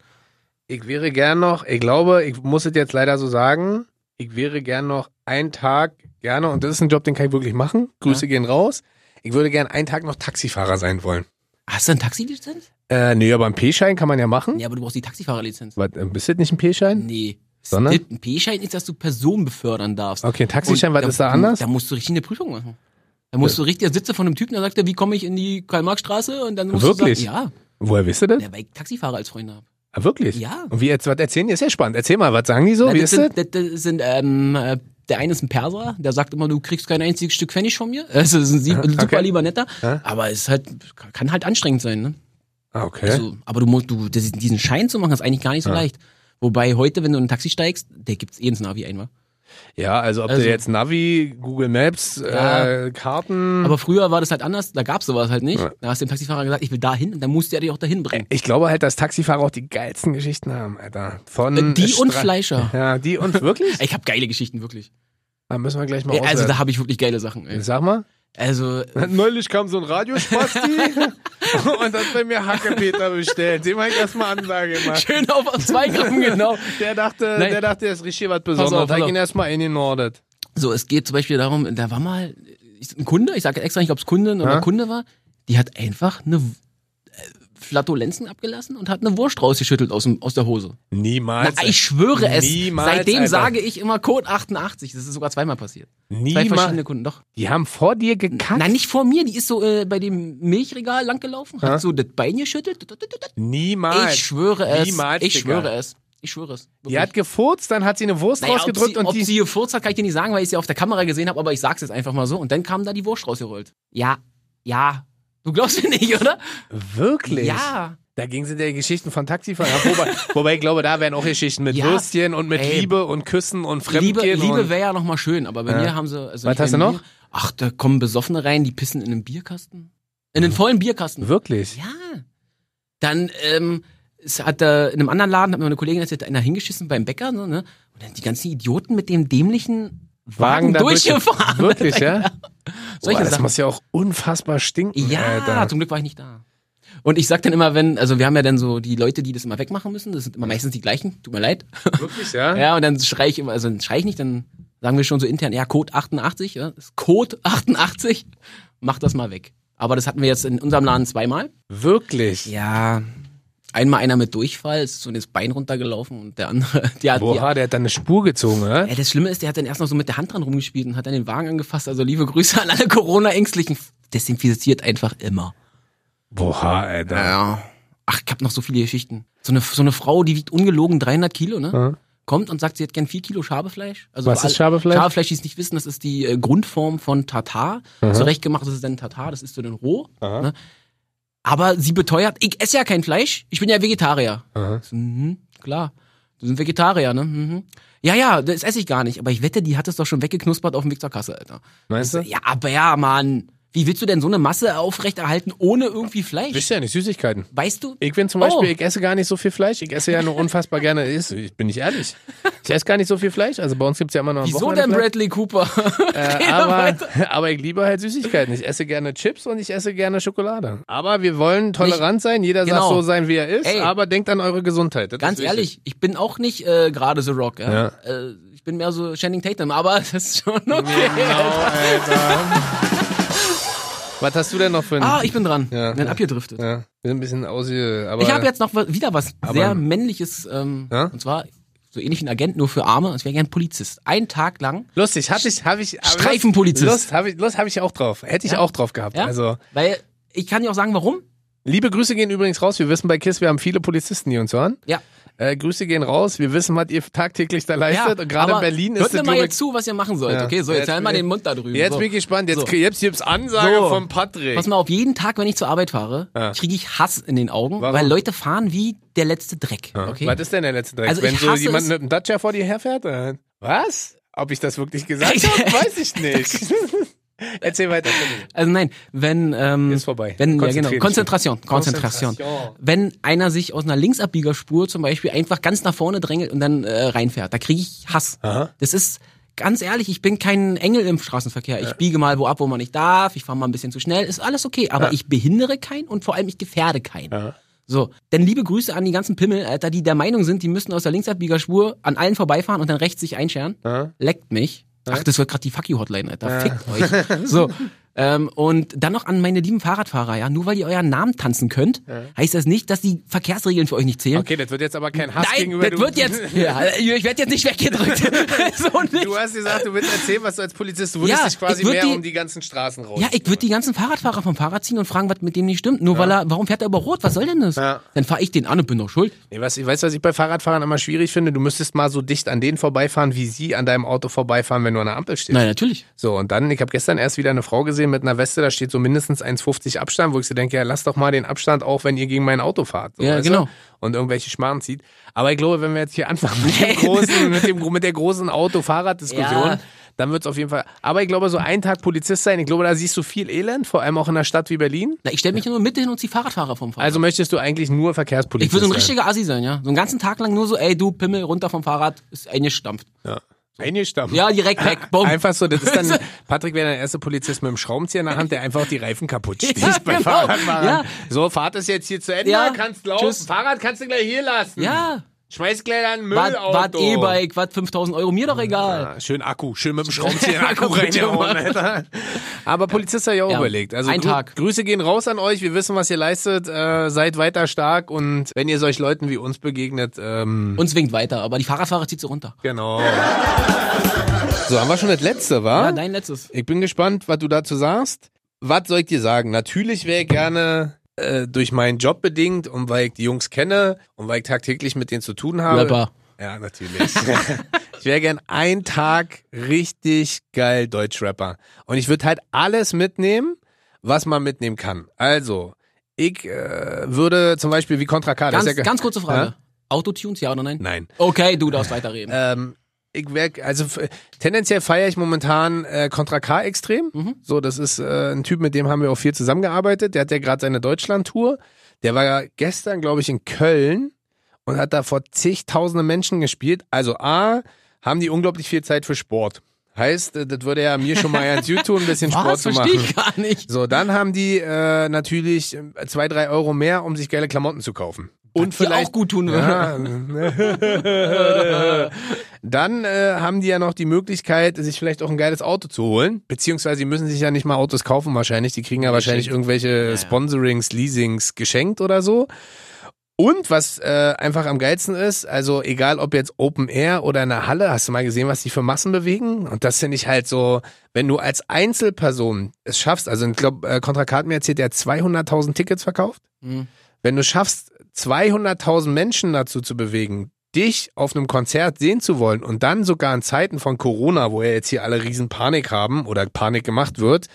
S1: Ich wäre gern noch, ich glaube, ich muss es jetzt leider so sagen, ich wäre gern noch einen Tag gerne, und das ist ein Job, den kann ich wirklich machen. Grüße gehen raus. Ich würde gern einen Tag noch Taxifahrer sein wollen.
S2: Hast du eine Taxilizenz?
S1: Äh, nee, aber einen P-Schein kann man ja machen.
S2: Ja, aber du brauchst die Taxifahrerlizenz.
S1: Was, äh, bist du nicht ein P-Schein?
S2: Nee. Ist
S1: Sondern?
S2: das- Ein P-Schein ist, dass du Personen befördern darfst.
S1: Okay, ein Taxischein, was ist da anders?
S2: Da musst du richtig eine Prüfung machen. Da musst du richtig, da sitzt du von einem Typen, der sagt, er, wie komme ich in die Karl-Marx-Straße? Und dann musst
S1: Wirklich?
S2: du sagen,
S1: Woher wisst ihr das?
S2: ja, ja, weil ich Taxifahrer als Freunde habe.
S1: Ah, wirklich?
S2: Ja.
S1: Und wie jetzt, was erzählen die? Ist ja spannend. Erzähl mal, was sagen die so?
S2: Na,
S1: wie
S2: das
S1: ist das?
S2: sind, das? Das sind, ähm, äh, der eine ist ein Perser, der sagt immer, du kriegst kein einziges Stück Pfennig von mir. Es ist ein sieb- super
S1: okay.
S2: lieber netter.
S1: Ja.
S2: Aber es ist halt, kann halt anstrengend sein, ne?
S1: Ah, okay.
S2: Also, aber du musst, du, das- diesen Schein zu machen, ist eigentlich gar nicht so leicht. Wobei heute, wenn du in ein Taxi steigst, der gibt's eh ins Navi einmal.
S1: ja, also ob
S2: Also-
S1: du jetzt Navi, Google Maps,
S2: Ja.
S1: äh, Karten.
S2: Aber früher war das halt anders, da gab's sowas halt nicht. Da hast du dem Taxifahrer gesagt, ich will dahin, und dann musste er dich auch dahin bringen.
S1: ich glaube halt, dass Taxifahrer auch die geilsten Geschichten haben, Alter. Von
S2: Äh, Die und
S1: Stra-
S2: Fleischer.
S1: Ja, die und wirklich?
S2: Ich habe geile Geschichten, wirklich.
S1: da müssen wir gleich mal
S2: Ey, also
S1: auswerten.
S2: da habe ich wirklich geile Sachen. Ey.
S1: Sag mal.
S2: Also,
S1: Neulich kam so ein Radiospasti und hat bei mir Hackepeter bestellt. Dem habe ich erstmal Ansage gemacht.
S2: schön auf zwei Gramm, genau.
S1: Der dachte,
S2: Nein.
S1: der dachte, er ist richtig was Besonderes.
S2: Pass auf, pass
S1: Hat
S2: auf.
S1: ihn erstmal in den Nordet.
S2: So, es geht zum Beispiel darum, da war mal ich- ein Kunde, ich sage extra nicht, ob es Kundin oder
S1: Ja.
S2: Kunde war, die hat einfach eine äh, Flatulenzen abgelassen und hat eine Wurst rausgeschüttelt aus, dem, aus der Hose.
S1: Niemals.
S2: Na, ich schwöre es.
S1: Niemals,
S2: Seitdem
S1: Alter.
S2: sage ich immer Code 88. Das ist sogar zweimal passiert. Zwei
S1: Niemals.
S2: verschiedene Kunden, doch.
S1: Die haben vor dir gekackt.
S2: Nein, nicht vor mir. Die ist so äh, bei dem Milchregal langgelaufen, hat so das Bein geschüttelt.
S1: Niemals.
S2: Ich schwöre es.
S1: Niemals,
S2: ich
S1: Digga.
S2: schwöre es. Ich schwöre es.
S1: Die hat gefurzt, dann hat sie eine Wurst
S2: Naja,
S1: rausgedrückt
S2: ob sie,
S1: und
S2: ob
S1: die.
S2: sie gefurzt hat, kann ich dir nicht sagen, weil ich sie auf der Kamera gesehen habe, aber ich sag's jetzt einfach mal so. Und dann kam da die Wurst rausgerollt. Ja, ja. Du glaubst mir nicht, oder?
S1: wirklich?
S2: Ja.
S1: Da ging sie der Geschichten von Taxifahrern. wobei, wobei ich glaube, da wären auch Geschichten mit
S2: Ja.
S1: Würstchen und mit
S2: Ey.
S1: Liebe und Küssen und
S2: Liebe,
S1: Fremdgehen.
S2: Liebe
S1: und
S2: wäre ja nochmal schön, aber bei mir haben sie. Also
S1: Was
S2: nicht
S1: hast
S2: bei
S1: du noch?
S2: mir. Ach, da kommen Besoffene rein, die pissen in einen Bierkasten. In einen vollen Bierkasten.
S1: wirklich?
S2: Ja. Dann ähm, es hat da in einem anderen Laden, hat mir eine Kollegin erzählt, da einer hingeschissen beim Bäcker, so, ne? Und dann die ganzen Idioten mit dem dämlichen Wagen,
S1: da durch-
S2: durchgefahren.
S1: Wirklich, ja?
S2: Solche
S1: Boah, das
S2: Sachen.
S1: muss ja auch unfassbar stinken,
S2: Ja,
S1: Alter.
S2: zum Glück war ich nicht da. Und ich sag dann immer, wenn, also wir haben ja dann so die Leute, die das immer wegmachen müssen, das sind immer meistens die gleichen, tut mir leid.
S1: Wirklich, ja?
S2: Ja, und dann schrei ich immer, also dann schrei ich nicht, dann sagen wir schon so intern, ja, Code 88, ja, das ist Code 88, mach das mal weg. Aber das hatten wir jetzt in unserem Laden zweimal.
S1: Wirklich?
S2: Ja, einmal einer mit Durchfall, ist so das Bein runtergelaufen und der andere, die hat, die,
S1: Boah, der hat dann eine Spur gezogen, oder?
S2: ja, das Schlimme ist, der hat dann erst noch so mit der Hand dran rumgespielt und hat dann den Wagen angefasst, also liebe Grüße an alle Corona-Ängstlichen. Desinfiziert einfach immer.
S1: Boah, Alter.
S2: Ja. Ach, ich hab noch so viele Geschichten. So eine, so eine Frau, die wiegt ungelogen 300 Kilo, ne?
S1: Ja.
S2: Kommt und sagt, sie hätte gern 4 Kilo Schabefleisch. Also
S1: Was
S2: für
S1: ist
S2: alle-
S1: Schabefleisch?
S2: Schabefleisch, die es nicht wissen, das ist die äh, Grundform von Tatar. Zurechtgemacht, das ist dann Tatar, das ist so dann roh. Ne? Aber sie beteuert, ich esse ja kein Fleisch, ich bin ja Vegetarier.
S1: Aha.
S2: So, mhm, klar, du sind Vegetarier, ne? Mhm. Ja, ja, das esse ich gar nicht. Aber ich wette, die hat es doch schon weggeknuspert auf dem Weg zur Kasse, Alter.
S1: Meinst du?
S2: Ja, aber ja, Mann. Wie willst du denn so eine Masse aufrechterhalten ohne irgendwie Fleisch?
S1: Wisst ihr ja nicht, Süßigkeiten.
S2: Weißt du?
S1: Ich bin zum
S2: Oh.
S1: Beispiel, ich esse gar nicht so viel Fleisch. Ich esse ja nur unfassbar gerne. Ist, ich bin nicht ehrlich. Ich esse gar nicht so viel Fleisch. Also bei uns gibt's ja immer noch ein
S2: Wieso denn
S1: Wochenende
S2: Bradley Cooper?
S1: Fleisch.
S2: Rede
S1: Äh, aber,
S2: weiter.
S1: aber ich liebe halt Süßigkeiten. Ich esse gerne Chips und ich esse gerne Schokolade. Aber wir wollen tolerant sein. Jeder
S2: Genau.
S1: sagt so sein, wie er ist.
S2: Ey.
S1: Aber denkt an eure Gesundheit. Das
S2: Ganz
S1: ist wichtig.
S2: ehrlich, ich bin auch nicht äh, gerade The Rock. Ja?
S1: Ja.
S2: Äh, ich bin mehr so Channing Tatum, aber das ist schon okay.
S1: Genau, Alter. Was hast du denn noch für ein...
S2: Ah, ich bin dran.
S1: Ja.
S2: Bin abgedriftet.
S1: ja, wir sind ein bisschen ausge... Aber
S2: Ich habe jetzt noch wa- wieder was
S1: Aber-
S2: sehr männliches. Ähm,
S1: Ja?
S2: Und zwar so ähnlich wie ein Agent, nur für Arme. Ich wäre gern Polizist. Einen Tag lang.
S1: Lustig, hatte ich, habe ich.
S2: Streifenpolizist.
S1: Lust, habe ich, Lust habe ich auch drauf. Hätte ich
S2: Ja.
S1: auch drauf gehabt.
S2: Ja?
S1: Also,
S2: Weil ich kann dir auch sagen, warum.
S1: liebe Grüße gehen übrigens raus. Wir wissen bei KISS, wir haben viele Polizisten, die uns hören.
S2: Ja.
S1: Äh, Grüße gehen raus. Wir wissen, was ihr tagtäglich da leistet. Und gerade in
S2: aber
S1: Berlin
S2: hört
S1: ist
S2: mir
S1: das,
S2: mal
S1: glaube
S2: jetzt
S1: ich.
S2: zu, was ihr machen sollt.
S1: Ja.
S2: Okay, so, jetzt
S1: Jetzt
S2: halt mal
S1: bin-
S2: den Mund da drüben.
S1: Jetzt
S2: so.
S1: bin ich gespannt. Jetzt,
S2: So.
S1: jetzt gibt's Ansage
S2: So.
S1: von Patrick.
S2: Pass mal auf, jeden Tag, wenn ich zur Arbeit fahre,
S1: Ja.
S2: kriege ich Hass in den Augen,
S1: Warum?
S2: weil Leute fahren wie der letzte Dreck.
S1: Ja.
S2: Okay?
S1: Was ist denn der letzte Dreck?
S2: Also
S1: Wenn
S2: ich
S1: so
S2: hasse
S1: jemand
S2: es-
S1: mit einem Dacia vor dir herfährt, dann was? Ob ich das wirklich gesagt
S2: Echt?
S1: habe, weiß ich nicht. Erzähl weiter. Entschuldigung.
S2: Also nein, wenn ähm,
S1: Ist vorbei.
S2: Wenn, ja,
S1: Konzentrier
S2: genau.
S1: dich
S2: Konzentration, Konzentration,
S1: Konzentration.
S2: Wenn einer sich aus einer Linksabbiegerspur zum Beispiel einfach ganz nach vorne drängelt und dann äh, reinfährt, da kriege ich Hass.
S1: Aha.
S2: Das ist ganz ehrlich, ich bin kein Engel im Straßenverkehr. Ich biege mal wo ab, wo man nicht darf. Ich fahre mal ein bisschen zu schnell. Ist alles okay, aber ich behindere keinen und vor allem ich gefährde keinen.
S1: Ja.
S2: So, denn liebe Grüße an die ganzen Pimmel, Alter, die der Meinung sind, die müssen aus der Linksabbiegerspur an allen vorbeifahren und dann rechts sich einscheren.
S1: Ja.
S2: Leckt mich. Ach, das wird gerade die Fuck you Hotline, Alter. Fickt euch. So. Ähm, und dann noch an meine lieben Fahrradfahrer, ja. Nur weil ihr euren Namen tanzen könnt, heißt das nicht, dass die Verkehrsregeln für euch nicht zählen.
S1: Okay, das wird jetzt aber kein Hass
S2: Nein,
S1: gegenüber
S2: das wird jetzt. Ja, ich werde jetzt nicht weggedrückt. so nicht.
S1: Du hast gesagt, du willst erzählen, was du als Polizist, du würdest
S2: Ja,
S1: dich quasi
S2: ich würd
S1: mehr
S2: die-
S1: um die ganzen Straßen raus.
S2: Ja, ich würde die ganzen Fahrradfahrer vom Fahrrad ziehen und fragen, was mit dem nicht stimmt. Nur weil er, warum fährt er über Rot? Was soll denn das?
S1: Ja.
S2: Dann fahre ich den an und bin doch schuld.
S1: Nee, was, weißt du, was ich bei Fahrradfahrern immer schwierig finde? Du müsstest mal so dicht an denen vorbeifahren, wie sie an deinem Auto vorbeifahren, wenn du an der Ampel stehst.
S2: Nein, natürlich.
S1: So, und dann, ich habe gestern erst wieder eine Frau gesehen mit einer Weste, da steht so mindestens 1,50 Abstand, wo ich so denke, ja, lass doch mal den Abstand auch, wenn ihr gegen mein Auto fahrt. So,
S2: Ja,
S1: weißt du?
S2: genau.
S1: Und irgendwelche Schmarren zieht. Aber ich glaube, wenn wir jetzt hier anfangen mit, dem großen, mit, dem, mit der großen Auto-Fahrrad-Diskussion,
S2: Ja.
S1: dann wird's auf jeden Fall. Aber ich glaube, so einen Tag Polizist sein, ich glaube, da siehst du viel Elend, vor allem auch in einer Stadt wie Berlin.
S2: Na, ich stelle mich nur mit hin und zieh Fahrradfahrer vom Fahrrad.
S1: Also möchtest du eigentlich nur
S2: ich
S1: Verkehrspolizist
S2: würde so ein
S1: sein.
S2: richtiger Assi sein, ja. So einen ganzen Tag lang nur so, ey, du Pimmel, runter vom Fahrrad, ist eingestampft.
S1: Eingestampft.
S2: Ja, direkt weg. Boom.
S1: Einfach so, das ist dann, Patrick wäre der erste Polizist mit dem Schraubenzieher in der Hand, der einfach die Reifen kaputt sticht
S2: Ja,
S1: bei
S2: genau.
S1: Fahrradfahrern.
S2: Ja.
S1: So, Fahrt ist jetzt hier zu Ende,
S2: Ja.
S1: kannst laufen.
S2: Tschüss.
S1: Fahrrad kannst du gleich hier lassen.
S2: Ja,
S1: Schmeiß gleich dein
S2: wart,
S1: Müllauto.
S2: wart eh E-Bike, wart 5000 Euro, mir doch egal.
S1: Ja, schön Akku, schön mit dem Schraubenzieher in den Akku reingehauen, Alter. Aber Polizist hat ja auch
S2: Ja.
S1: überlegt. Also
S2: Ein
S1: Grü
S2: Tag.
S1: Grüße gehen raus an euch. Wir wissen, was ihr leistet. Äh, seid weiter stark und wenn ihr solch Leuten wie uns begegnet, ähm,
S2: Uns winkt weiter, aber die Fahrradfahrer zieht sie runter.
S1: genau. So, haben wir schon das letzte, wa?
S2: Ja, dein letztes.
S1: Ich bin gespannt, was du dazu sagst. Was soll ich dir sagen? Natürlich wäre ich gerne äh, durch meinen Job bedingt und weil ich die Jungs kenne und weil ich tagtäglich mit denen zu tun habe.
S2: Rapper.
S1: Ja, natürlich. ich wäre gern einen Tag richtig geil Deutschrapper. Und ich würde halt alles mitnehmen, was man mitnehmen kann. Also, ich äh, würde zum Beispiel wie Contra K. das
S2: Ganz,
S1: ist ja ge-
S2: ganz kurze Frage. Autotunes, ja oder nein?
S1: Nein.
S2: Okay, du darfst weiterreden.
S1: Ähm, ich wär, also f- tendenziell feiere ich momentan äh, Contra K extrem.
S2: Mhm.
S1: So, das ist äh, ein Typ, mit dem haben wir auch viel zusammengearbeitet. Der hat ja gerade seine Deutschland-Tour. Der war ja gestern, glaube ich, in Köln und hat da vor zigtausende Menschen gespielt. Also A, haben die unglaublich viel Zeit für Sport. Heißt, äh, das würde ja mir schon mal ganz gut tun, ein bisschen Sport
S2: Was?
S1: zu
S2: Verstehe
S1: machen.
S2: ich gar nicht.
S1: So, dann haben die äh, natürlich äh, zwei, drei Euro mehr, um sich geile Klamotten zu kaufen. Und
S2: Die auch gut tun würde.
S1: ja. ne. Dann äh, haben die ja noch die Möglichkeit, sich vielleicht auch ein geiles Auto zu holen. Beziehungsweise die müssen sich ja nicht mal Autos kaufen wahrscheinlich. Die kriegen ja wahrscheinlich irgendwelche Sponsorings, Leasings geschenkt oder so. Und was äh, einfach am geilsten ist, also egal ob jetzt Open Air oder in der Halle, hast du mal gesehen, was die für Massen bewegen? Und das finde ich halt so, wenn du als Einzelperson es schaffst, also ich glaube, äh, Kontrakat mir erzählt, der hat 200.000 Tickets verkauft.
S2: Mhm.
S1: Wenn du schaffst, 200.000 Menschen dazu zu bewegen, dich auf einem Konzert sehen zu wollen und dann sogar in Zeiten von Corona, wo ja jetzt hier alle riesen Panik haben oder Panik gemacht wird,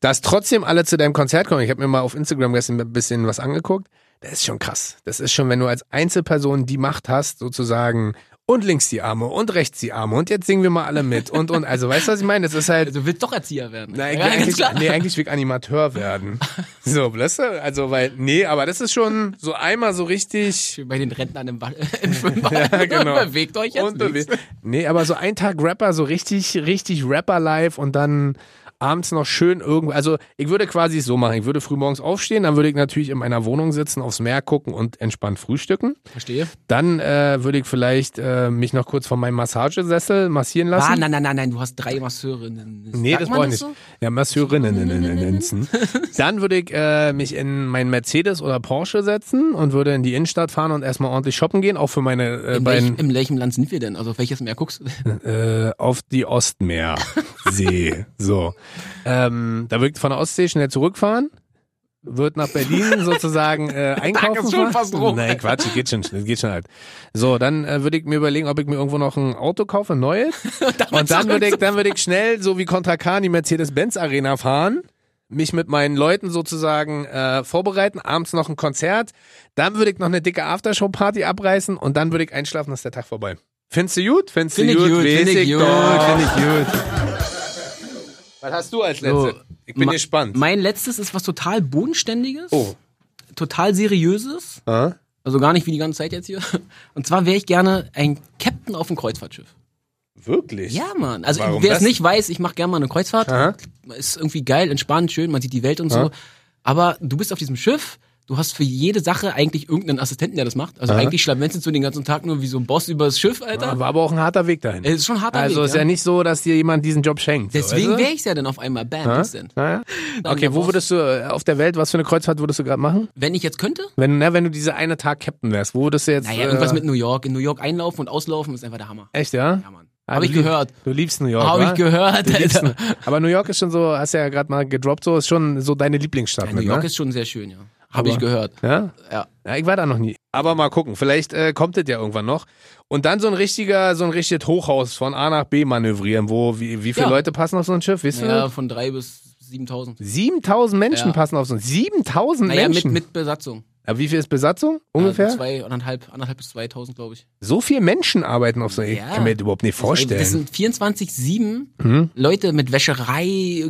S1: dass trotzdem alle zu deinem Konzert kommen. Ich habe mir mal auf Instagram gestern ein bisschen was angeguckt. Das ist schon krass. Das ist schon, wenn du als Einzelperson die Macht hast, sozusagen und links die Arme und rechts die Arme und jetzt singen wir mal alle mit und und. Also weißt du, was ich meine? Das ist halt.
S2: Also willst doch Erzieher werden.
S1: Na,
S2: ja,
S1: ich will
S2: ganz
S1: eigentlich,
S2: klar.
S1: nee, eigentlich will ich Animateur werden. So, weißt du? Also, weil, nee, aber das ist schon so einmal so richtig.
S2: Bei den Rentnern im, Wa- im Schwimmbad.
S1: Ja, genau.
S2: Bewegt euch jetzt
S1: Und bewe-
S2: nicht.
S1: Nee, aber so ein Tag Rapper, so richtig, richtig Rapper live und dann abends noch schön irgendwo. Also ich würde quasi es so machen. Ich würde frühmorgens aufstehen, dann würde ich natürlich in meiner Wohnung sitzen, aufs Meer gucken und entspannt frühstücken.
S2: Verstehe.
S1: Dann äh, würde ich vielleicht äh, mich noch kurz von meinem Massagesessel massieren lassen.
S2: Ah, nein, nein, nein, nein, du hast drei Masseurinnen.
S1: Nee,
S2: Sagt
S1: das
S2: man
S1: brauche ich nicht.
S2: so?
S1: Ja, Masseurinnen. Dann würde ich äh, mich in meinen Mercedes oder Porsche setzen und würde in die Innenstadt fahren und erstmal ordentlich shoppen gehen, auch für meine äh,
S2: In welchem,
S1: beiden
S2: in welchem Land sind wir denn? Also auf welches Meer guckst du?
S1: äh, auf die Ostmeersee. so. Ähm, da würde ich von der Ostsee schnell zurückfahren. Wird nach Berlin sozusagen äh, einkaufen.
S2: ist schon
S1: fahren.
S2: fast rum.
S1: Nein, Quatsch, geht schon, geht schon halt. So, dann äh, würde ich mir überlegen, ob ich mir irgendwo noch ein Auto kaufe, ein neues. Und dann würde ich, dann würde ich schnell, so wie Contra K, die Mercedes-Benz-Arena fahren, mich mit meinen Leuten sozusagen äh, vorbereiten, abends noch ein Konzert, dann würde ich noch eine dicke Aftershow-Party abreißen und dann würde ich einschlafen, dass der Tag vorbei. Findest du gut? Findest
S2: Find
S1: du
S2: ich
S1: gut?
S2: gut,
S1: Weiß
S2: find ich gut.
S1: Find ich gut. Was hast du als
S2: So,
S1: Letzte? ich bin
S2: Also, ma-
S1: gespannt.
S2: Mein letztes ist was total Bodenständiges,
S1: Oh.
S2: total Seriöses,
S1: Äh?
S2: also gar nicht wie die ganze Zeit jetzt hier. Und zwar wäre ich gerne ein Captain auf einem Kreuzfahrtschiff.
S1: Wirklich?
S2: Ja, Mann. Also
S1: Warum
S2: wer es
S1: das?
S2: nicht weiß, ich mache gerne mal eine Kreuzfahrt.
S1: Aha.
S2: Ist irgendwie geil, entspannt, schön, man sieht die Welt und so. Aber du bist auf diesem Schiff, du hast für jede Sache eigentlich irgendeinen Assistenten, der das macht. Also eigentlich schlawenzelst du den ganzen Tag nur wie so ein Boss über das Schiff, Alter.
S1: Ah, War aber auch ein harter Weg dahin.
S2: Es ist schon ein harter
S1: also
S2: Weg,
S1: ist ja
S2: ja.
S1: nicht so, dass dir jemand diesen Job schenkt.
S2: Deswegen
S1: so, weißt
S2: wäre ich's ja dann auf einmal. Bam, instant.
S1: du? ja? Okay, wo würdest du äh, auf der Welt, was für eine Kreuzfahrt würdest du gerade machen?
S2: Wenn ich jetzt könnte?
S1: Wenn, na, wenn du diese eine Tag Captain wärst, wo würdest du jetzt.
S2: Naja, irgendwas
S1: äh,
S2: mit New York. In New York einlaufen und auslaufen ist einfach der Hammer.
S1: Echt, ja?
S2: Ja, Mann.
S1: Ah,
S2: Hab
S1: du
S2: ich
S1: lieb-
S2: gehört.
S1: Du liebst New York.
S2: Hab
S1: wa?
S2: ich gehört,
S1: Du liebst
S2: Alter.
S1: Aber New York ist schon so, hast du ja gerade mal gedroppt, so ist schon so deine Lieblingsstadt.
S2: Ja,
S1: mit,
S2: New York
S1: ne?
S2: ist schon sehr schön, ja. Hab ich
S1: Aber-
S2: gehört.
S1: Ja?
S2: Ja.
S1: ja, ich war da noch nie. Aber mal gucken, vielleicht äh, kommt es ja irgendwann noch. Und dann so ein richtiger, so ein richtiges Hochhaus von A nach B manövrieren, wo wie, wie viele
S2: Ja.
S1: Leute passen auf so ein Schiff, wisst
S2: Naja,
S1: ihr?
S2: von drei bis 7000.
S1: 7000 Menschen
S2: Ja.
S1: passen auf so ein 7000
S2: Naja, mit,
S1: Menschen.
S2: mit Besatzung.
S1: Aber wie viel ist Besatzung ungefähr?
S2: Also zwei, anderthalb, anderthalb bis 2000, glaube ich.
S1: so viele Menschen arbeiten auf so Ich
S2: Ja.
S1: kann mir das überhaupt nicht vorstellen. Mhm.
S2: Das sind 24-7 Leute mit Wäscherei,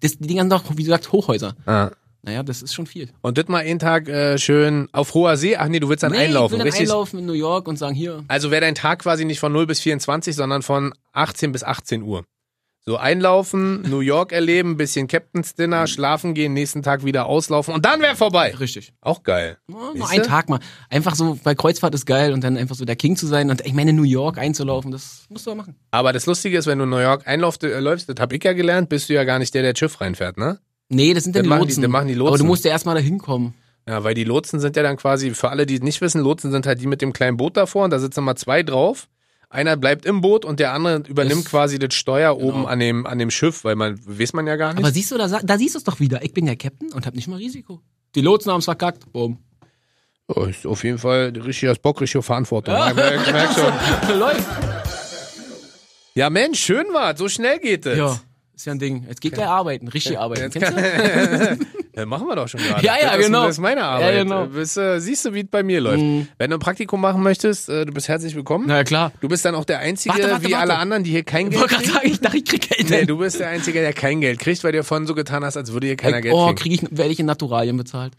S2: das, die ganzen doch, wie du sagst, Hochhäuser.
S1: ah.
S2: Naja, das ist schon viel.
S1: Und das mal einen Tag äh, schön auf hoher See. Ach nee, du willst dann
S2: Nee,
S1: einlaufen,
S2: ich will dann
S1: richtig?
S2: einlaufen in New York und sagen, hier,
S1: Also wäre dein Tag quasi nicht von 0 bis 24, sondern von 18 bis 18 Uhr. So einlaufen, New York erleben, bisschen Captain's
S2: Mhm.
S1: Dinner, schlafen gehen, nächsten Tag wieder auslaufen und dann wäre vorbei.
S2: richtig.
S1: Auch geil.
S2: Nur
S1: Siehste?
S2: einen Tag mal. Einfach so, bei Kreuzfahrt ist geil und dann einfach so der King zu sein und ich meine, New York einzulaufen, das musst du ja machen.
S1: Aber das Lustige ist, wenn du in New York einläufst, äh, läufst, das hab ich ja gelernt, bist du ja gar nicht der, der das Schiff reinfährt, ne?
S2: Nee, das sind ja
S1: Das
S2: die
S1: machen die-
S2: Lotsen.
S1: das machen die
S2: Aber du
S1: Lotsen.
S2: musst ja erstmal da hinkommen.
S1: Ja, weil die Lotsen sind ja dann quasi, für alle, die es nicht wissen, Lotsen sind halt die mit dem kleinen Boot davor und da sitzen mal zwei drauf. Einer bleibt im Boot und der andere übernimmt
S2: Das-
S1: quasi das Steuer oben
S2: Genau.
S1: an dem, an dem Schiff, weil man, weiß man ja gar nicht.
S2: Aber siehst du, da, sa- da siehst du es doch wieder. Ich bin der Captain und hab nicht mal Risiko. Die Lotsen haben's verkackt. Boom.
S1: Ja, ist auf jeden Fall richtig das Bock, richtige Verantwortung. Ja, ich merk, ich merk schon.
S2: Läuft.
S1: ja Mensch, schön war's, so schnell geht es.
S2: Ja, ist ja ein Ding. Jetzt geht gleich arbeiten, richtig arbeiten. Kennst du?
S1: Ja, machen wir doch schon gerade.
S2: Ja, ja,
S1: das ist,
S2: genau.
S1: Das ist meine Arbeit.
S2: Ja, genau.
S1: Du bist, äh, siehst du, wie es bei mir läuft. Wenn du ein Praktikum machen möchtest, äh, du bist herzlich willkommen.
S2: Na ja, klar.
S1: Du bist dann auch der Einzige,
S2: Warte, warte,
S1: wie
S2: warte.
S1: alle anderen, die hier kein
S2: Ich
S1: Geld
S2: wollte gerade
S1: kriegen.
S2: sagen, ich dachte, ich krieg Geld.
S1: Nee, du bist der Einzige, der kein Geld kriegt, weil du vorhin so getan hast, als würde hier keiner Geld
S2: oh,
S1: kriegen.
S2: krieg ich, werde ich in Naturalien bezahlt.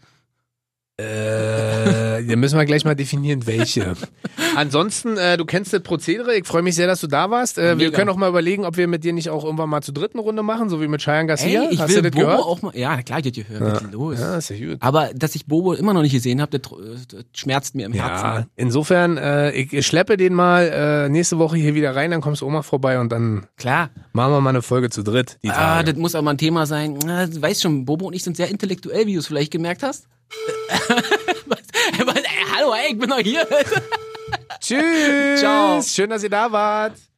S1: Äh, da müssen wir gleich mal definieren, welche. Ansonsten, äh, du kennst das Prozedere. Ich freue mich sehr, dass du da warst. Äh, wir
S2: Mega.
S1: können auch mal überlegen, ob wir mit dir nicht auch irgendwann mal zur dritten Runde machen, so wie mit Cheyenne Garcia.
S2: Ey, ich
S1: Hast du
S2: will
S1: das
S2: Bobo
S1: gehört?
S2: auch mal. Ja, na klar, ich hab gehört. Was ist los?
S1: Ja, ist ja gut.
S2: Aber dass ich Bobo immer noch nicht gesehen habe, das, äh, das schmerzt mir im
S1: Ja,
S2: Herzen.
S1: insofern, äh, ich, ich schleppe den mal äh, nächste Woche hier wieder rein, dann kommst du Oma vorbei und dann
S2: Klar.
S1: machen wir mal eine Folge zu dritt. Die
S2: Ah,
S1: Tage.
S2: das muss aber mal ein Thema sein. Na, Du weißt schon, Bobo und ich sind sehr intellektuell, wie du es vielleicht gemerkt hast. Was? Was? Ey, Hallo, ey, ich bin noch hier.
S1: Tschüss!
S2: Ciao.
S1: Schön, dass ihr da wart.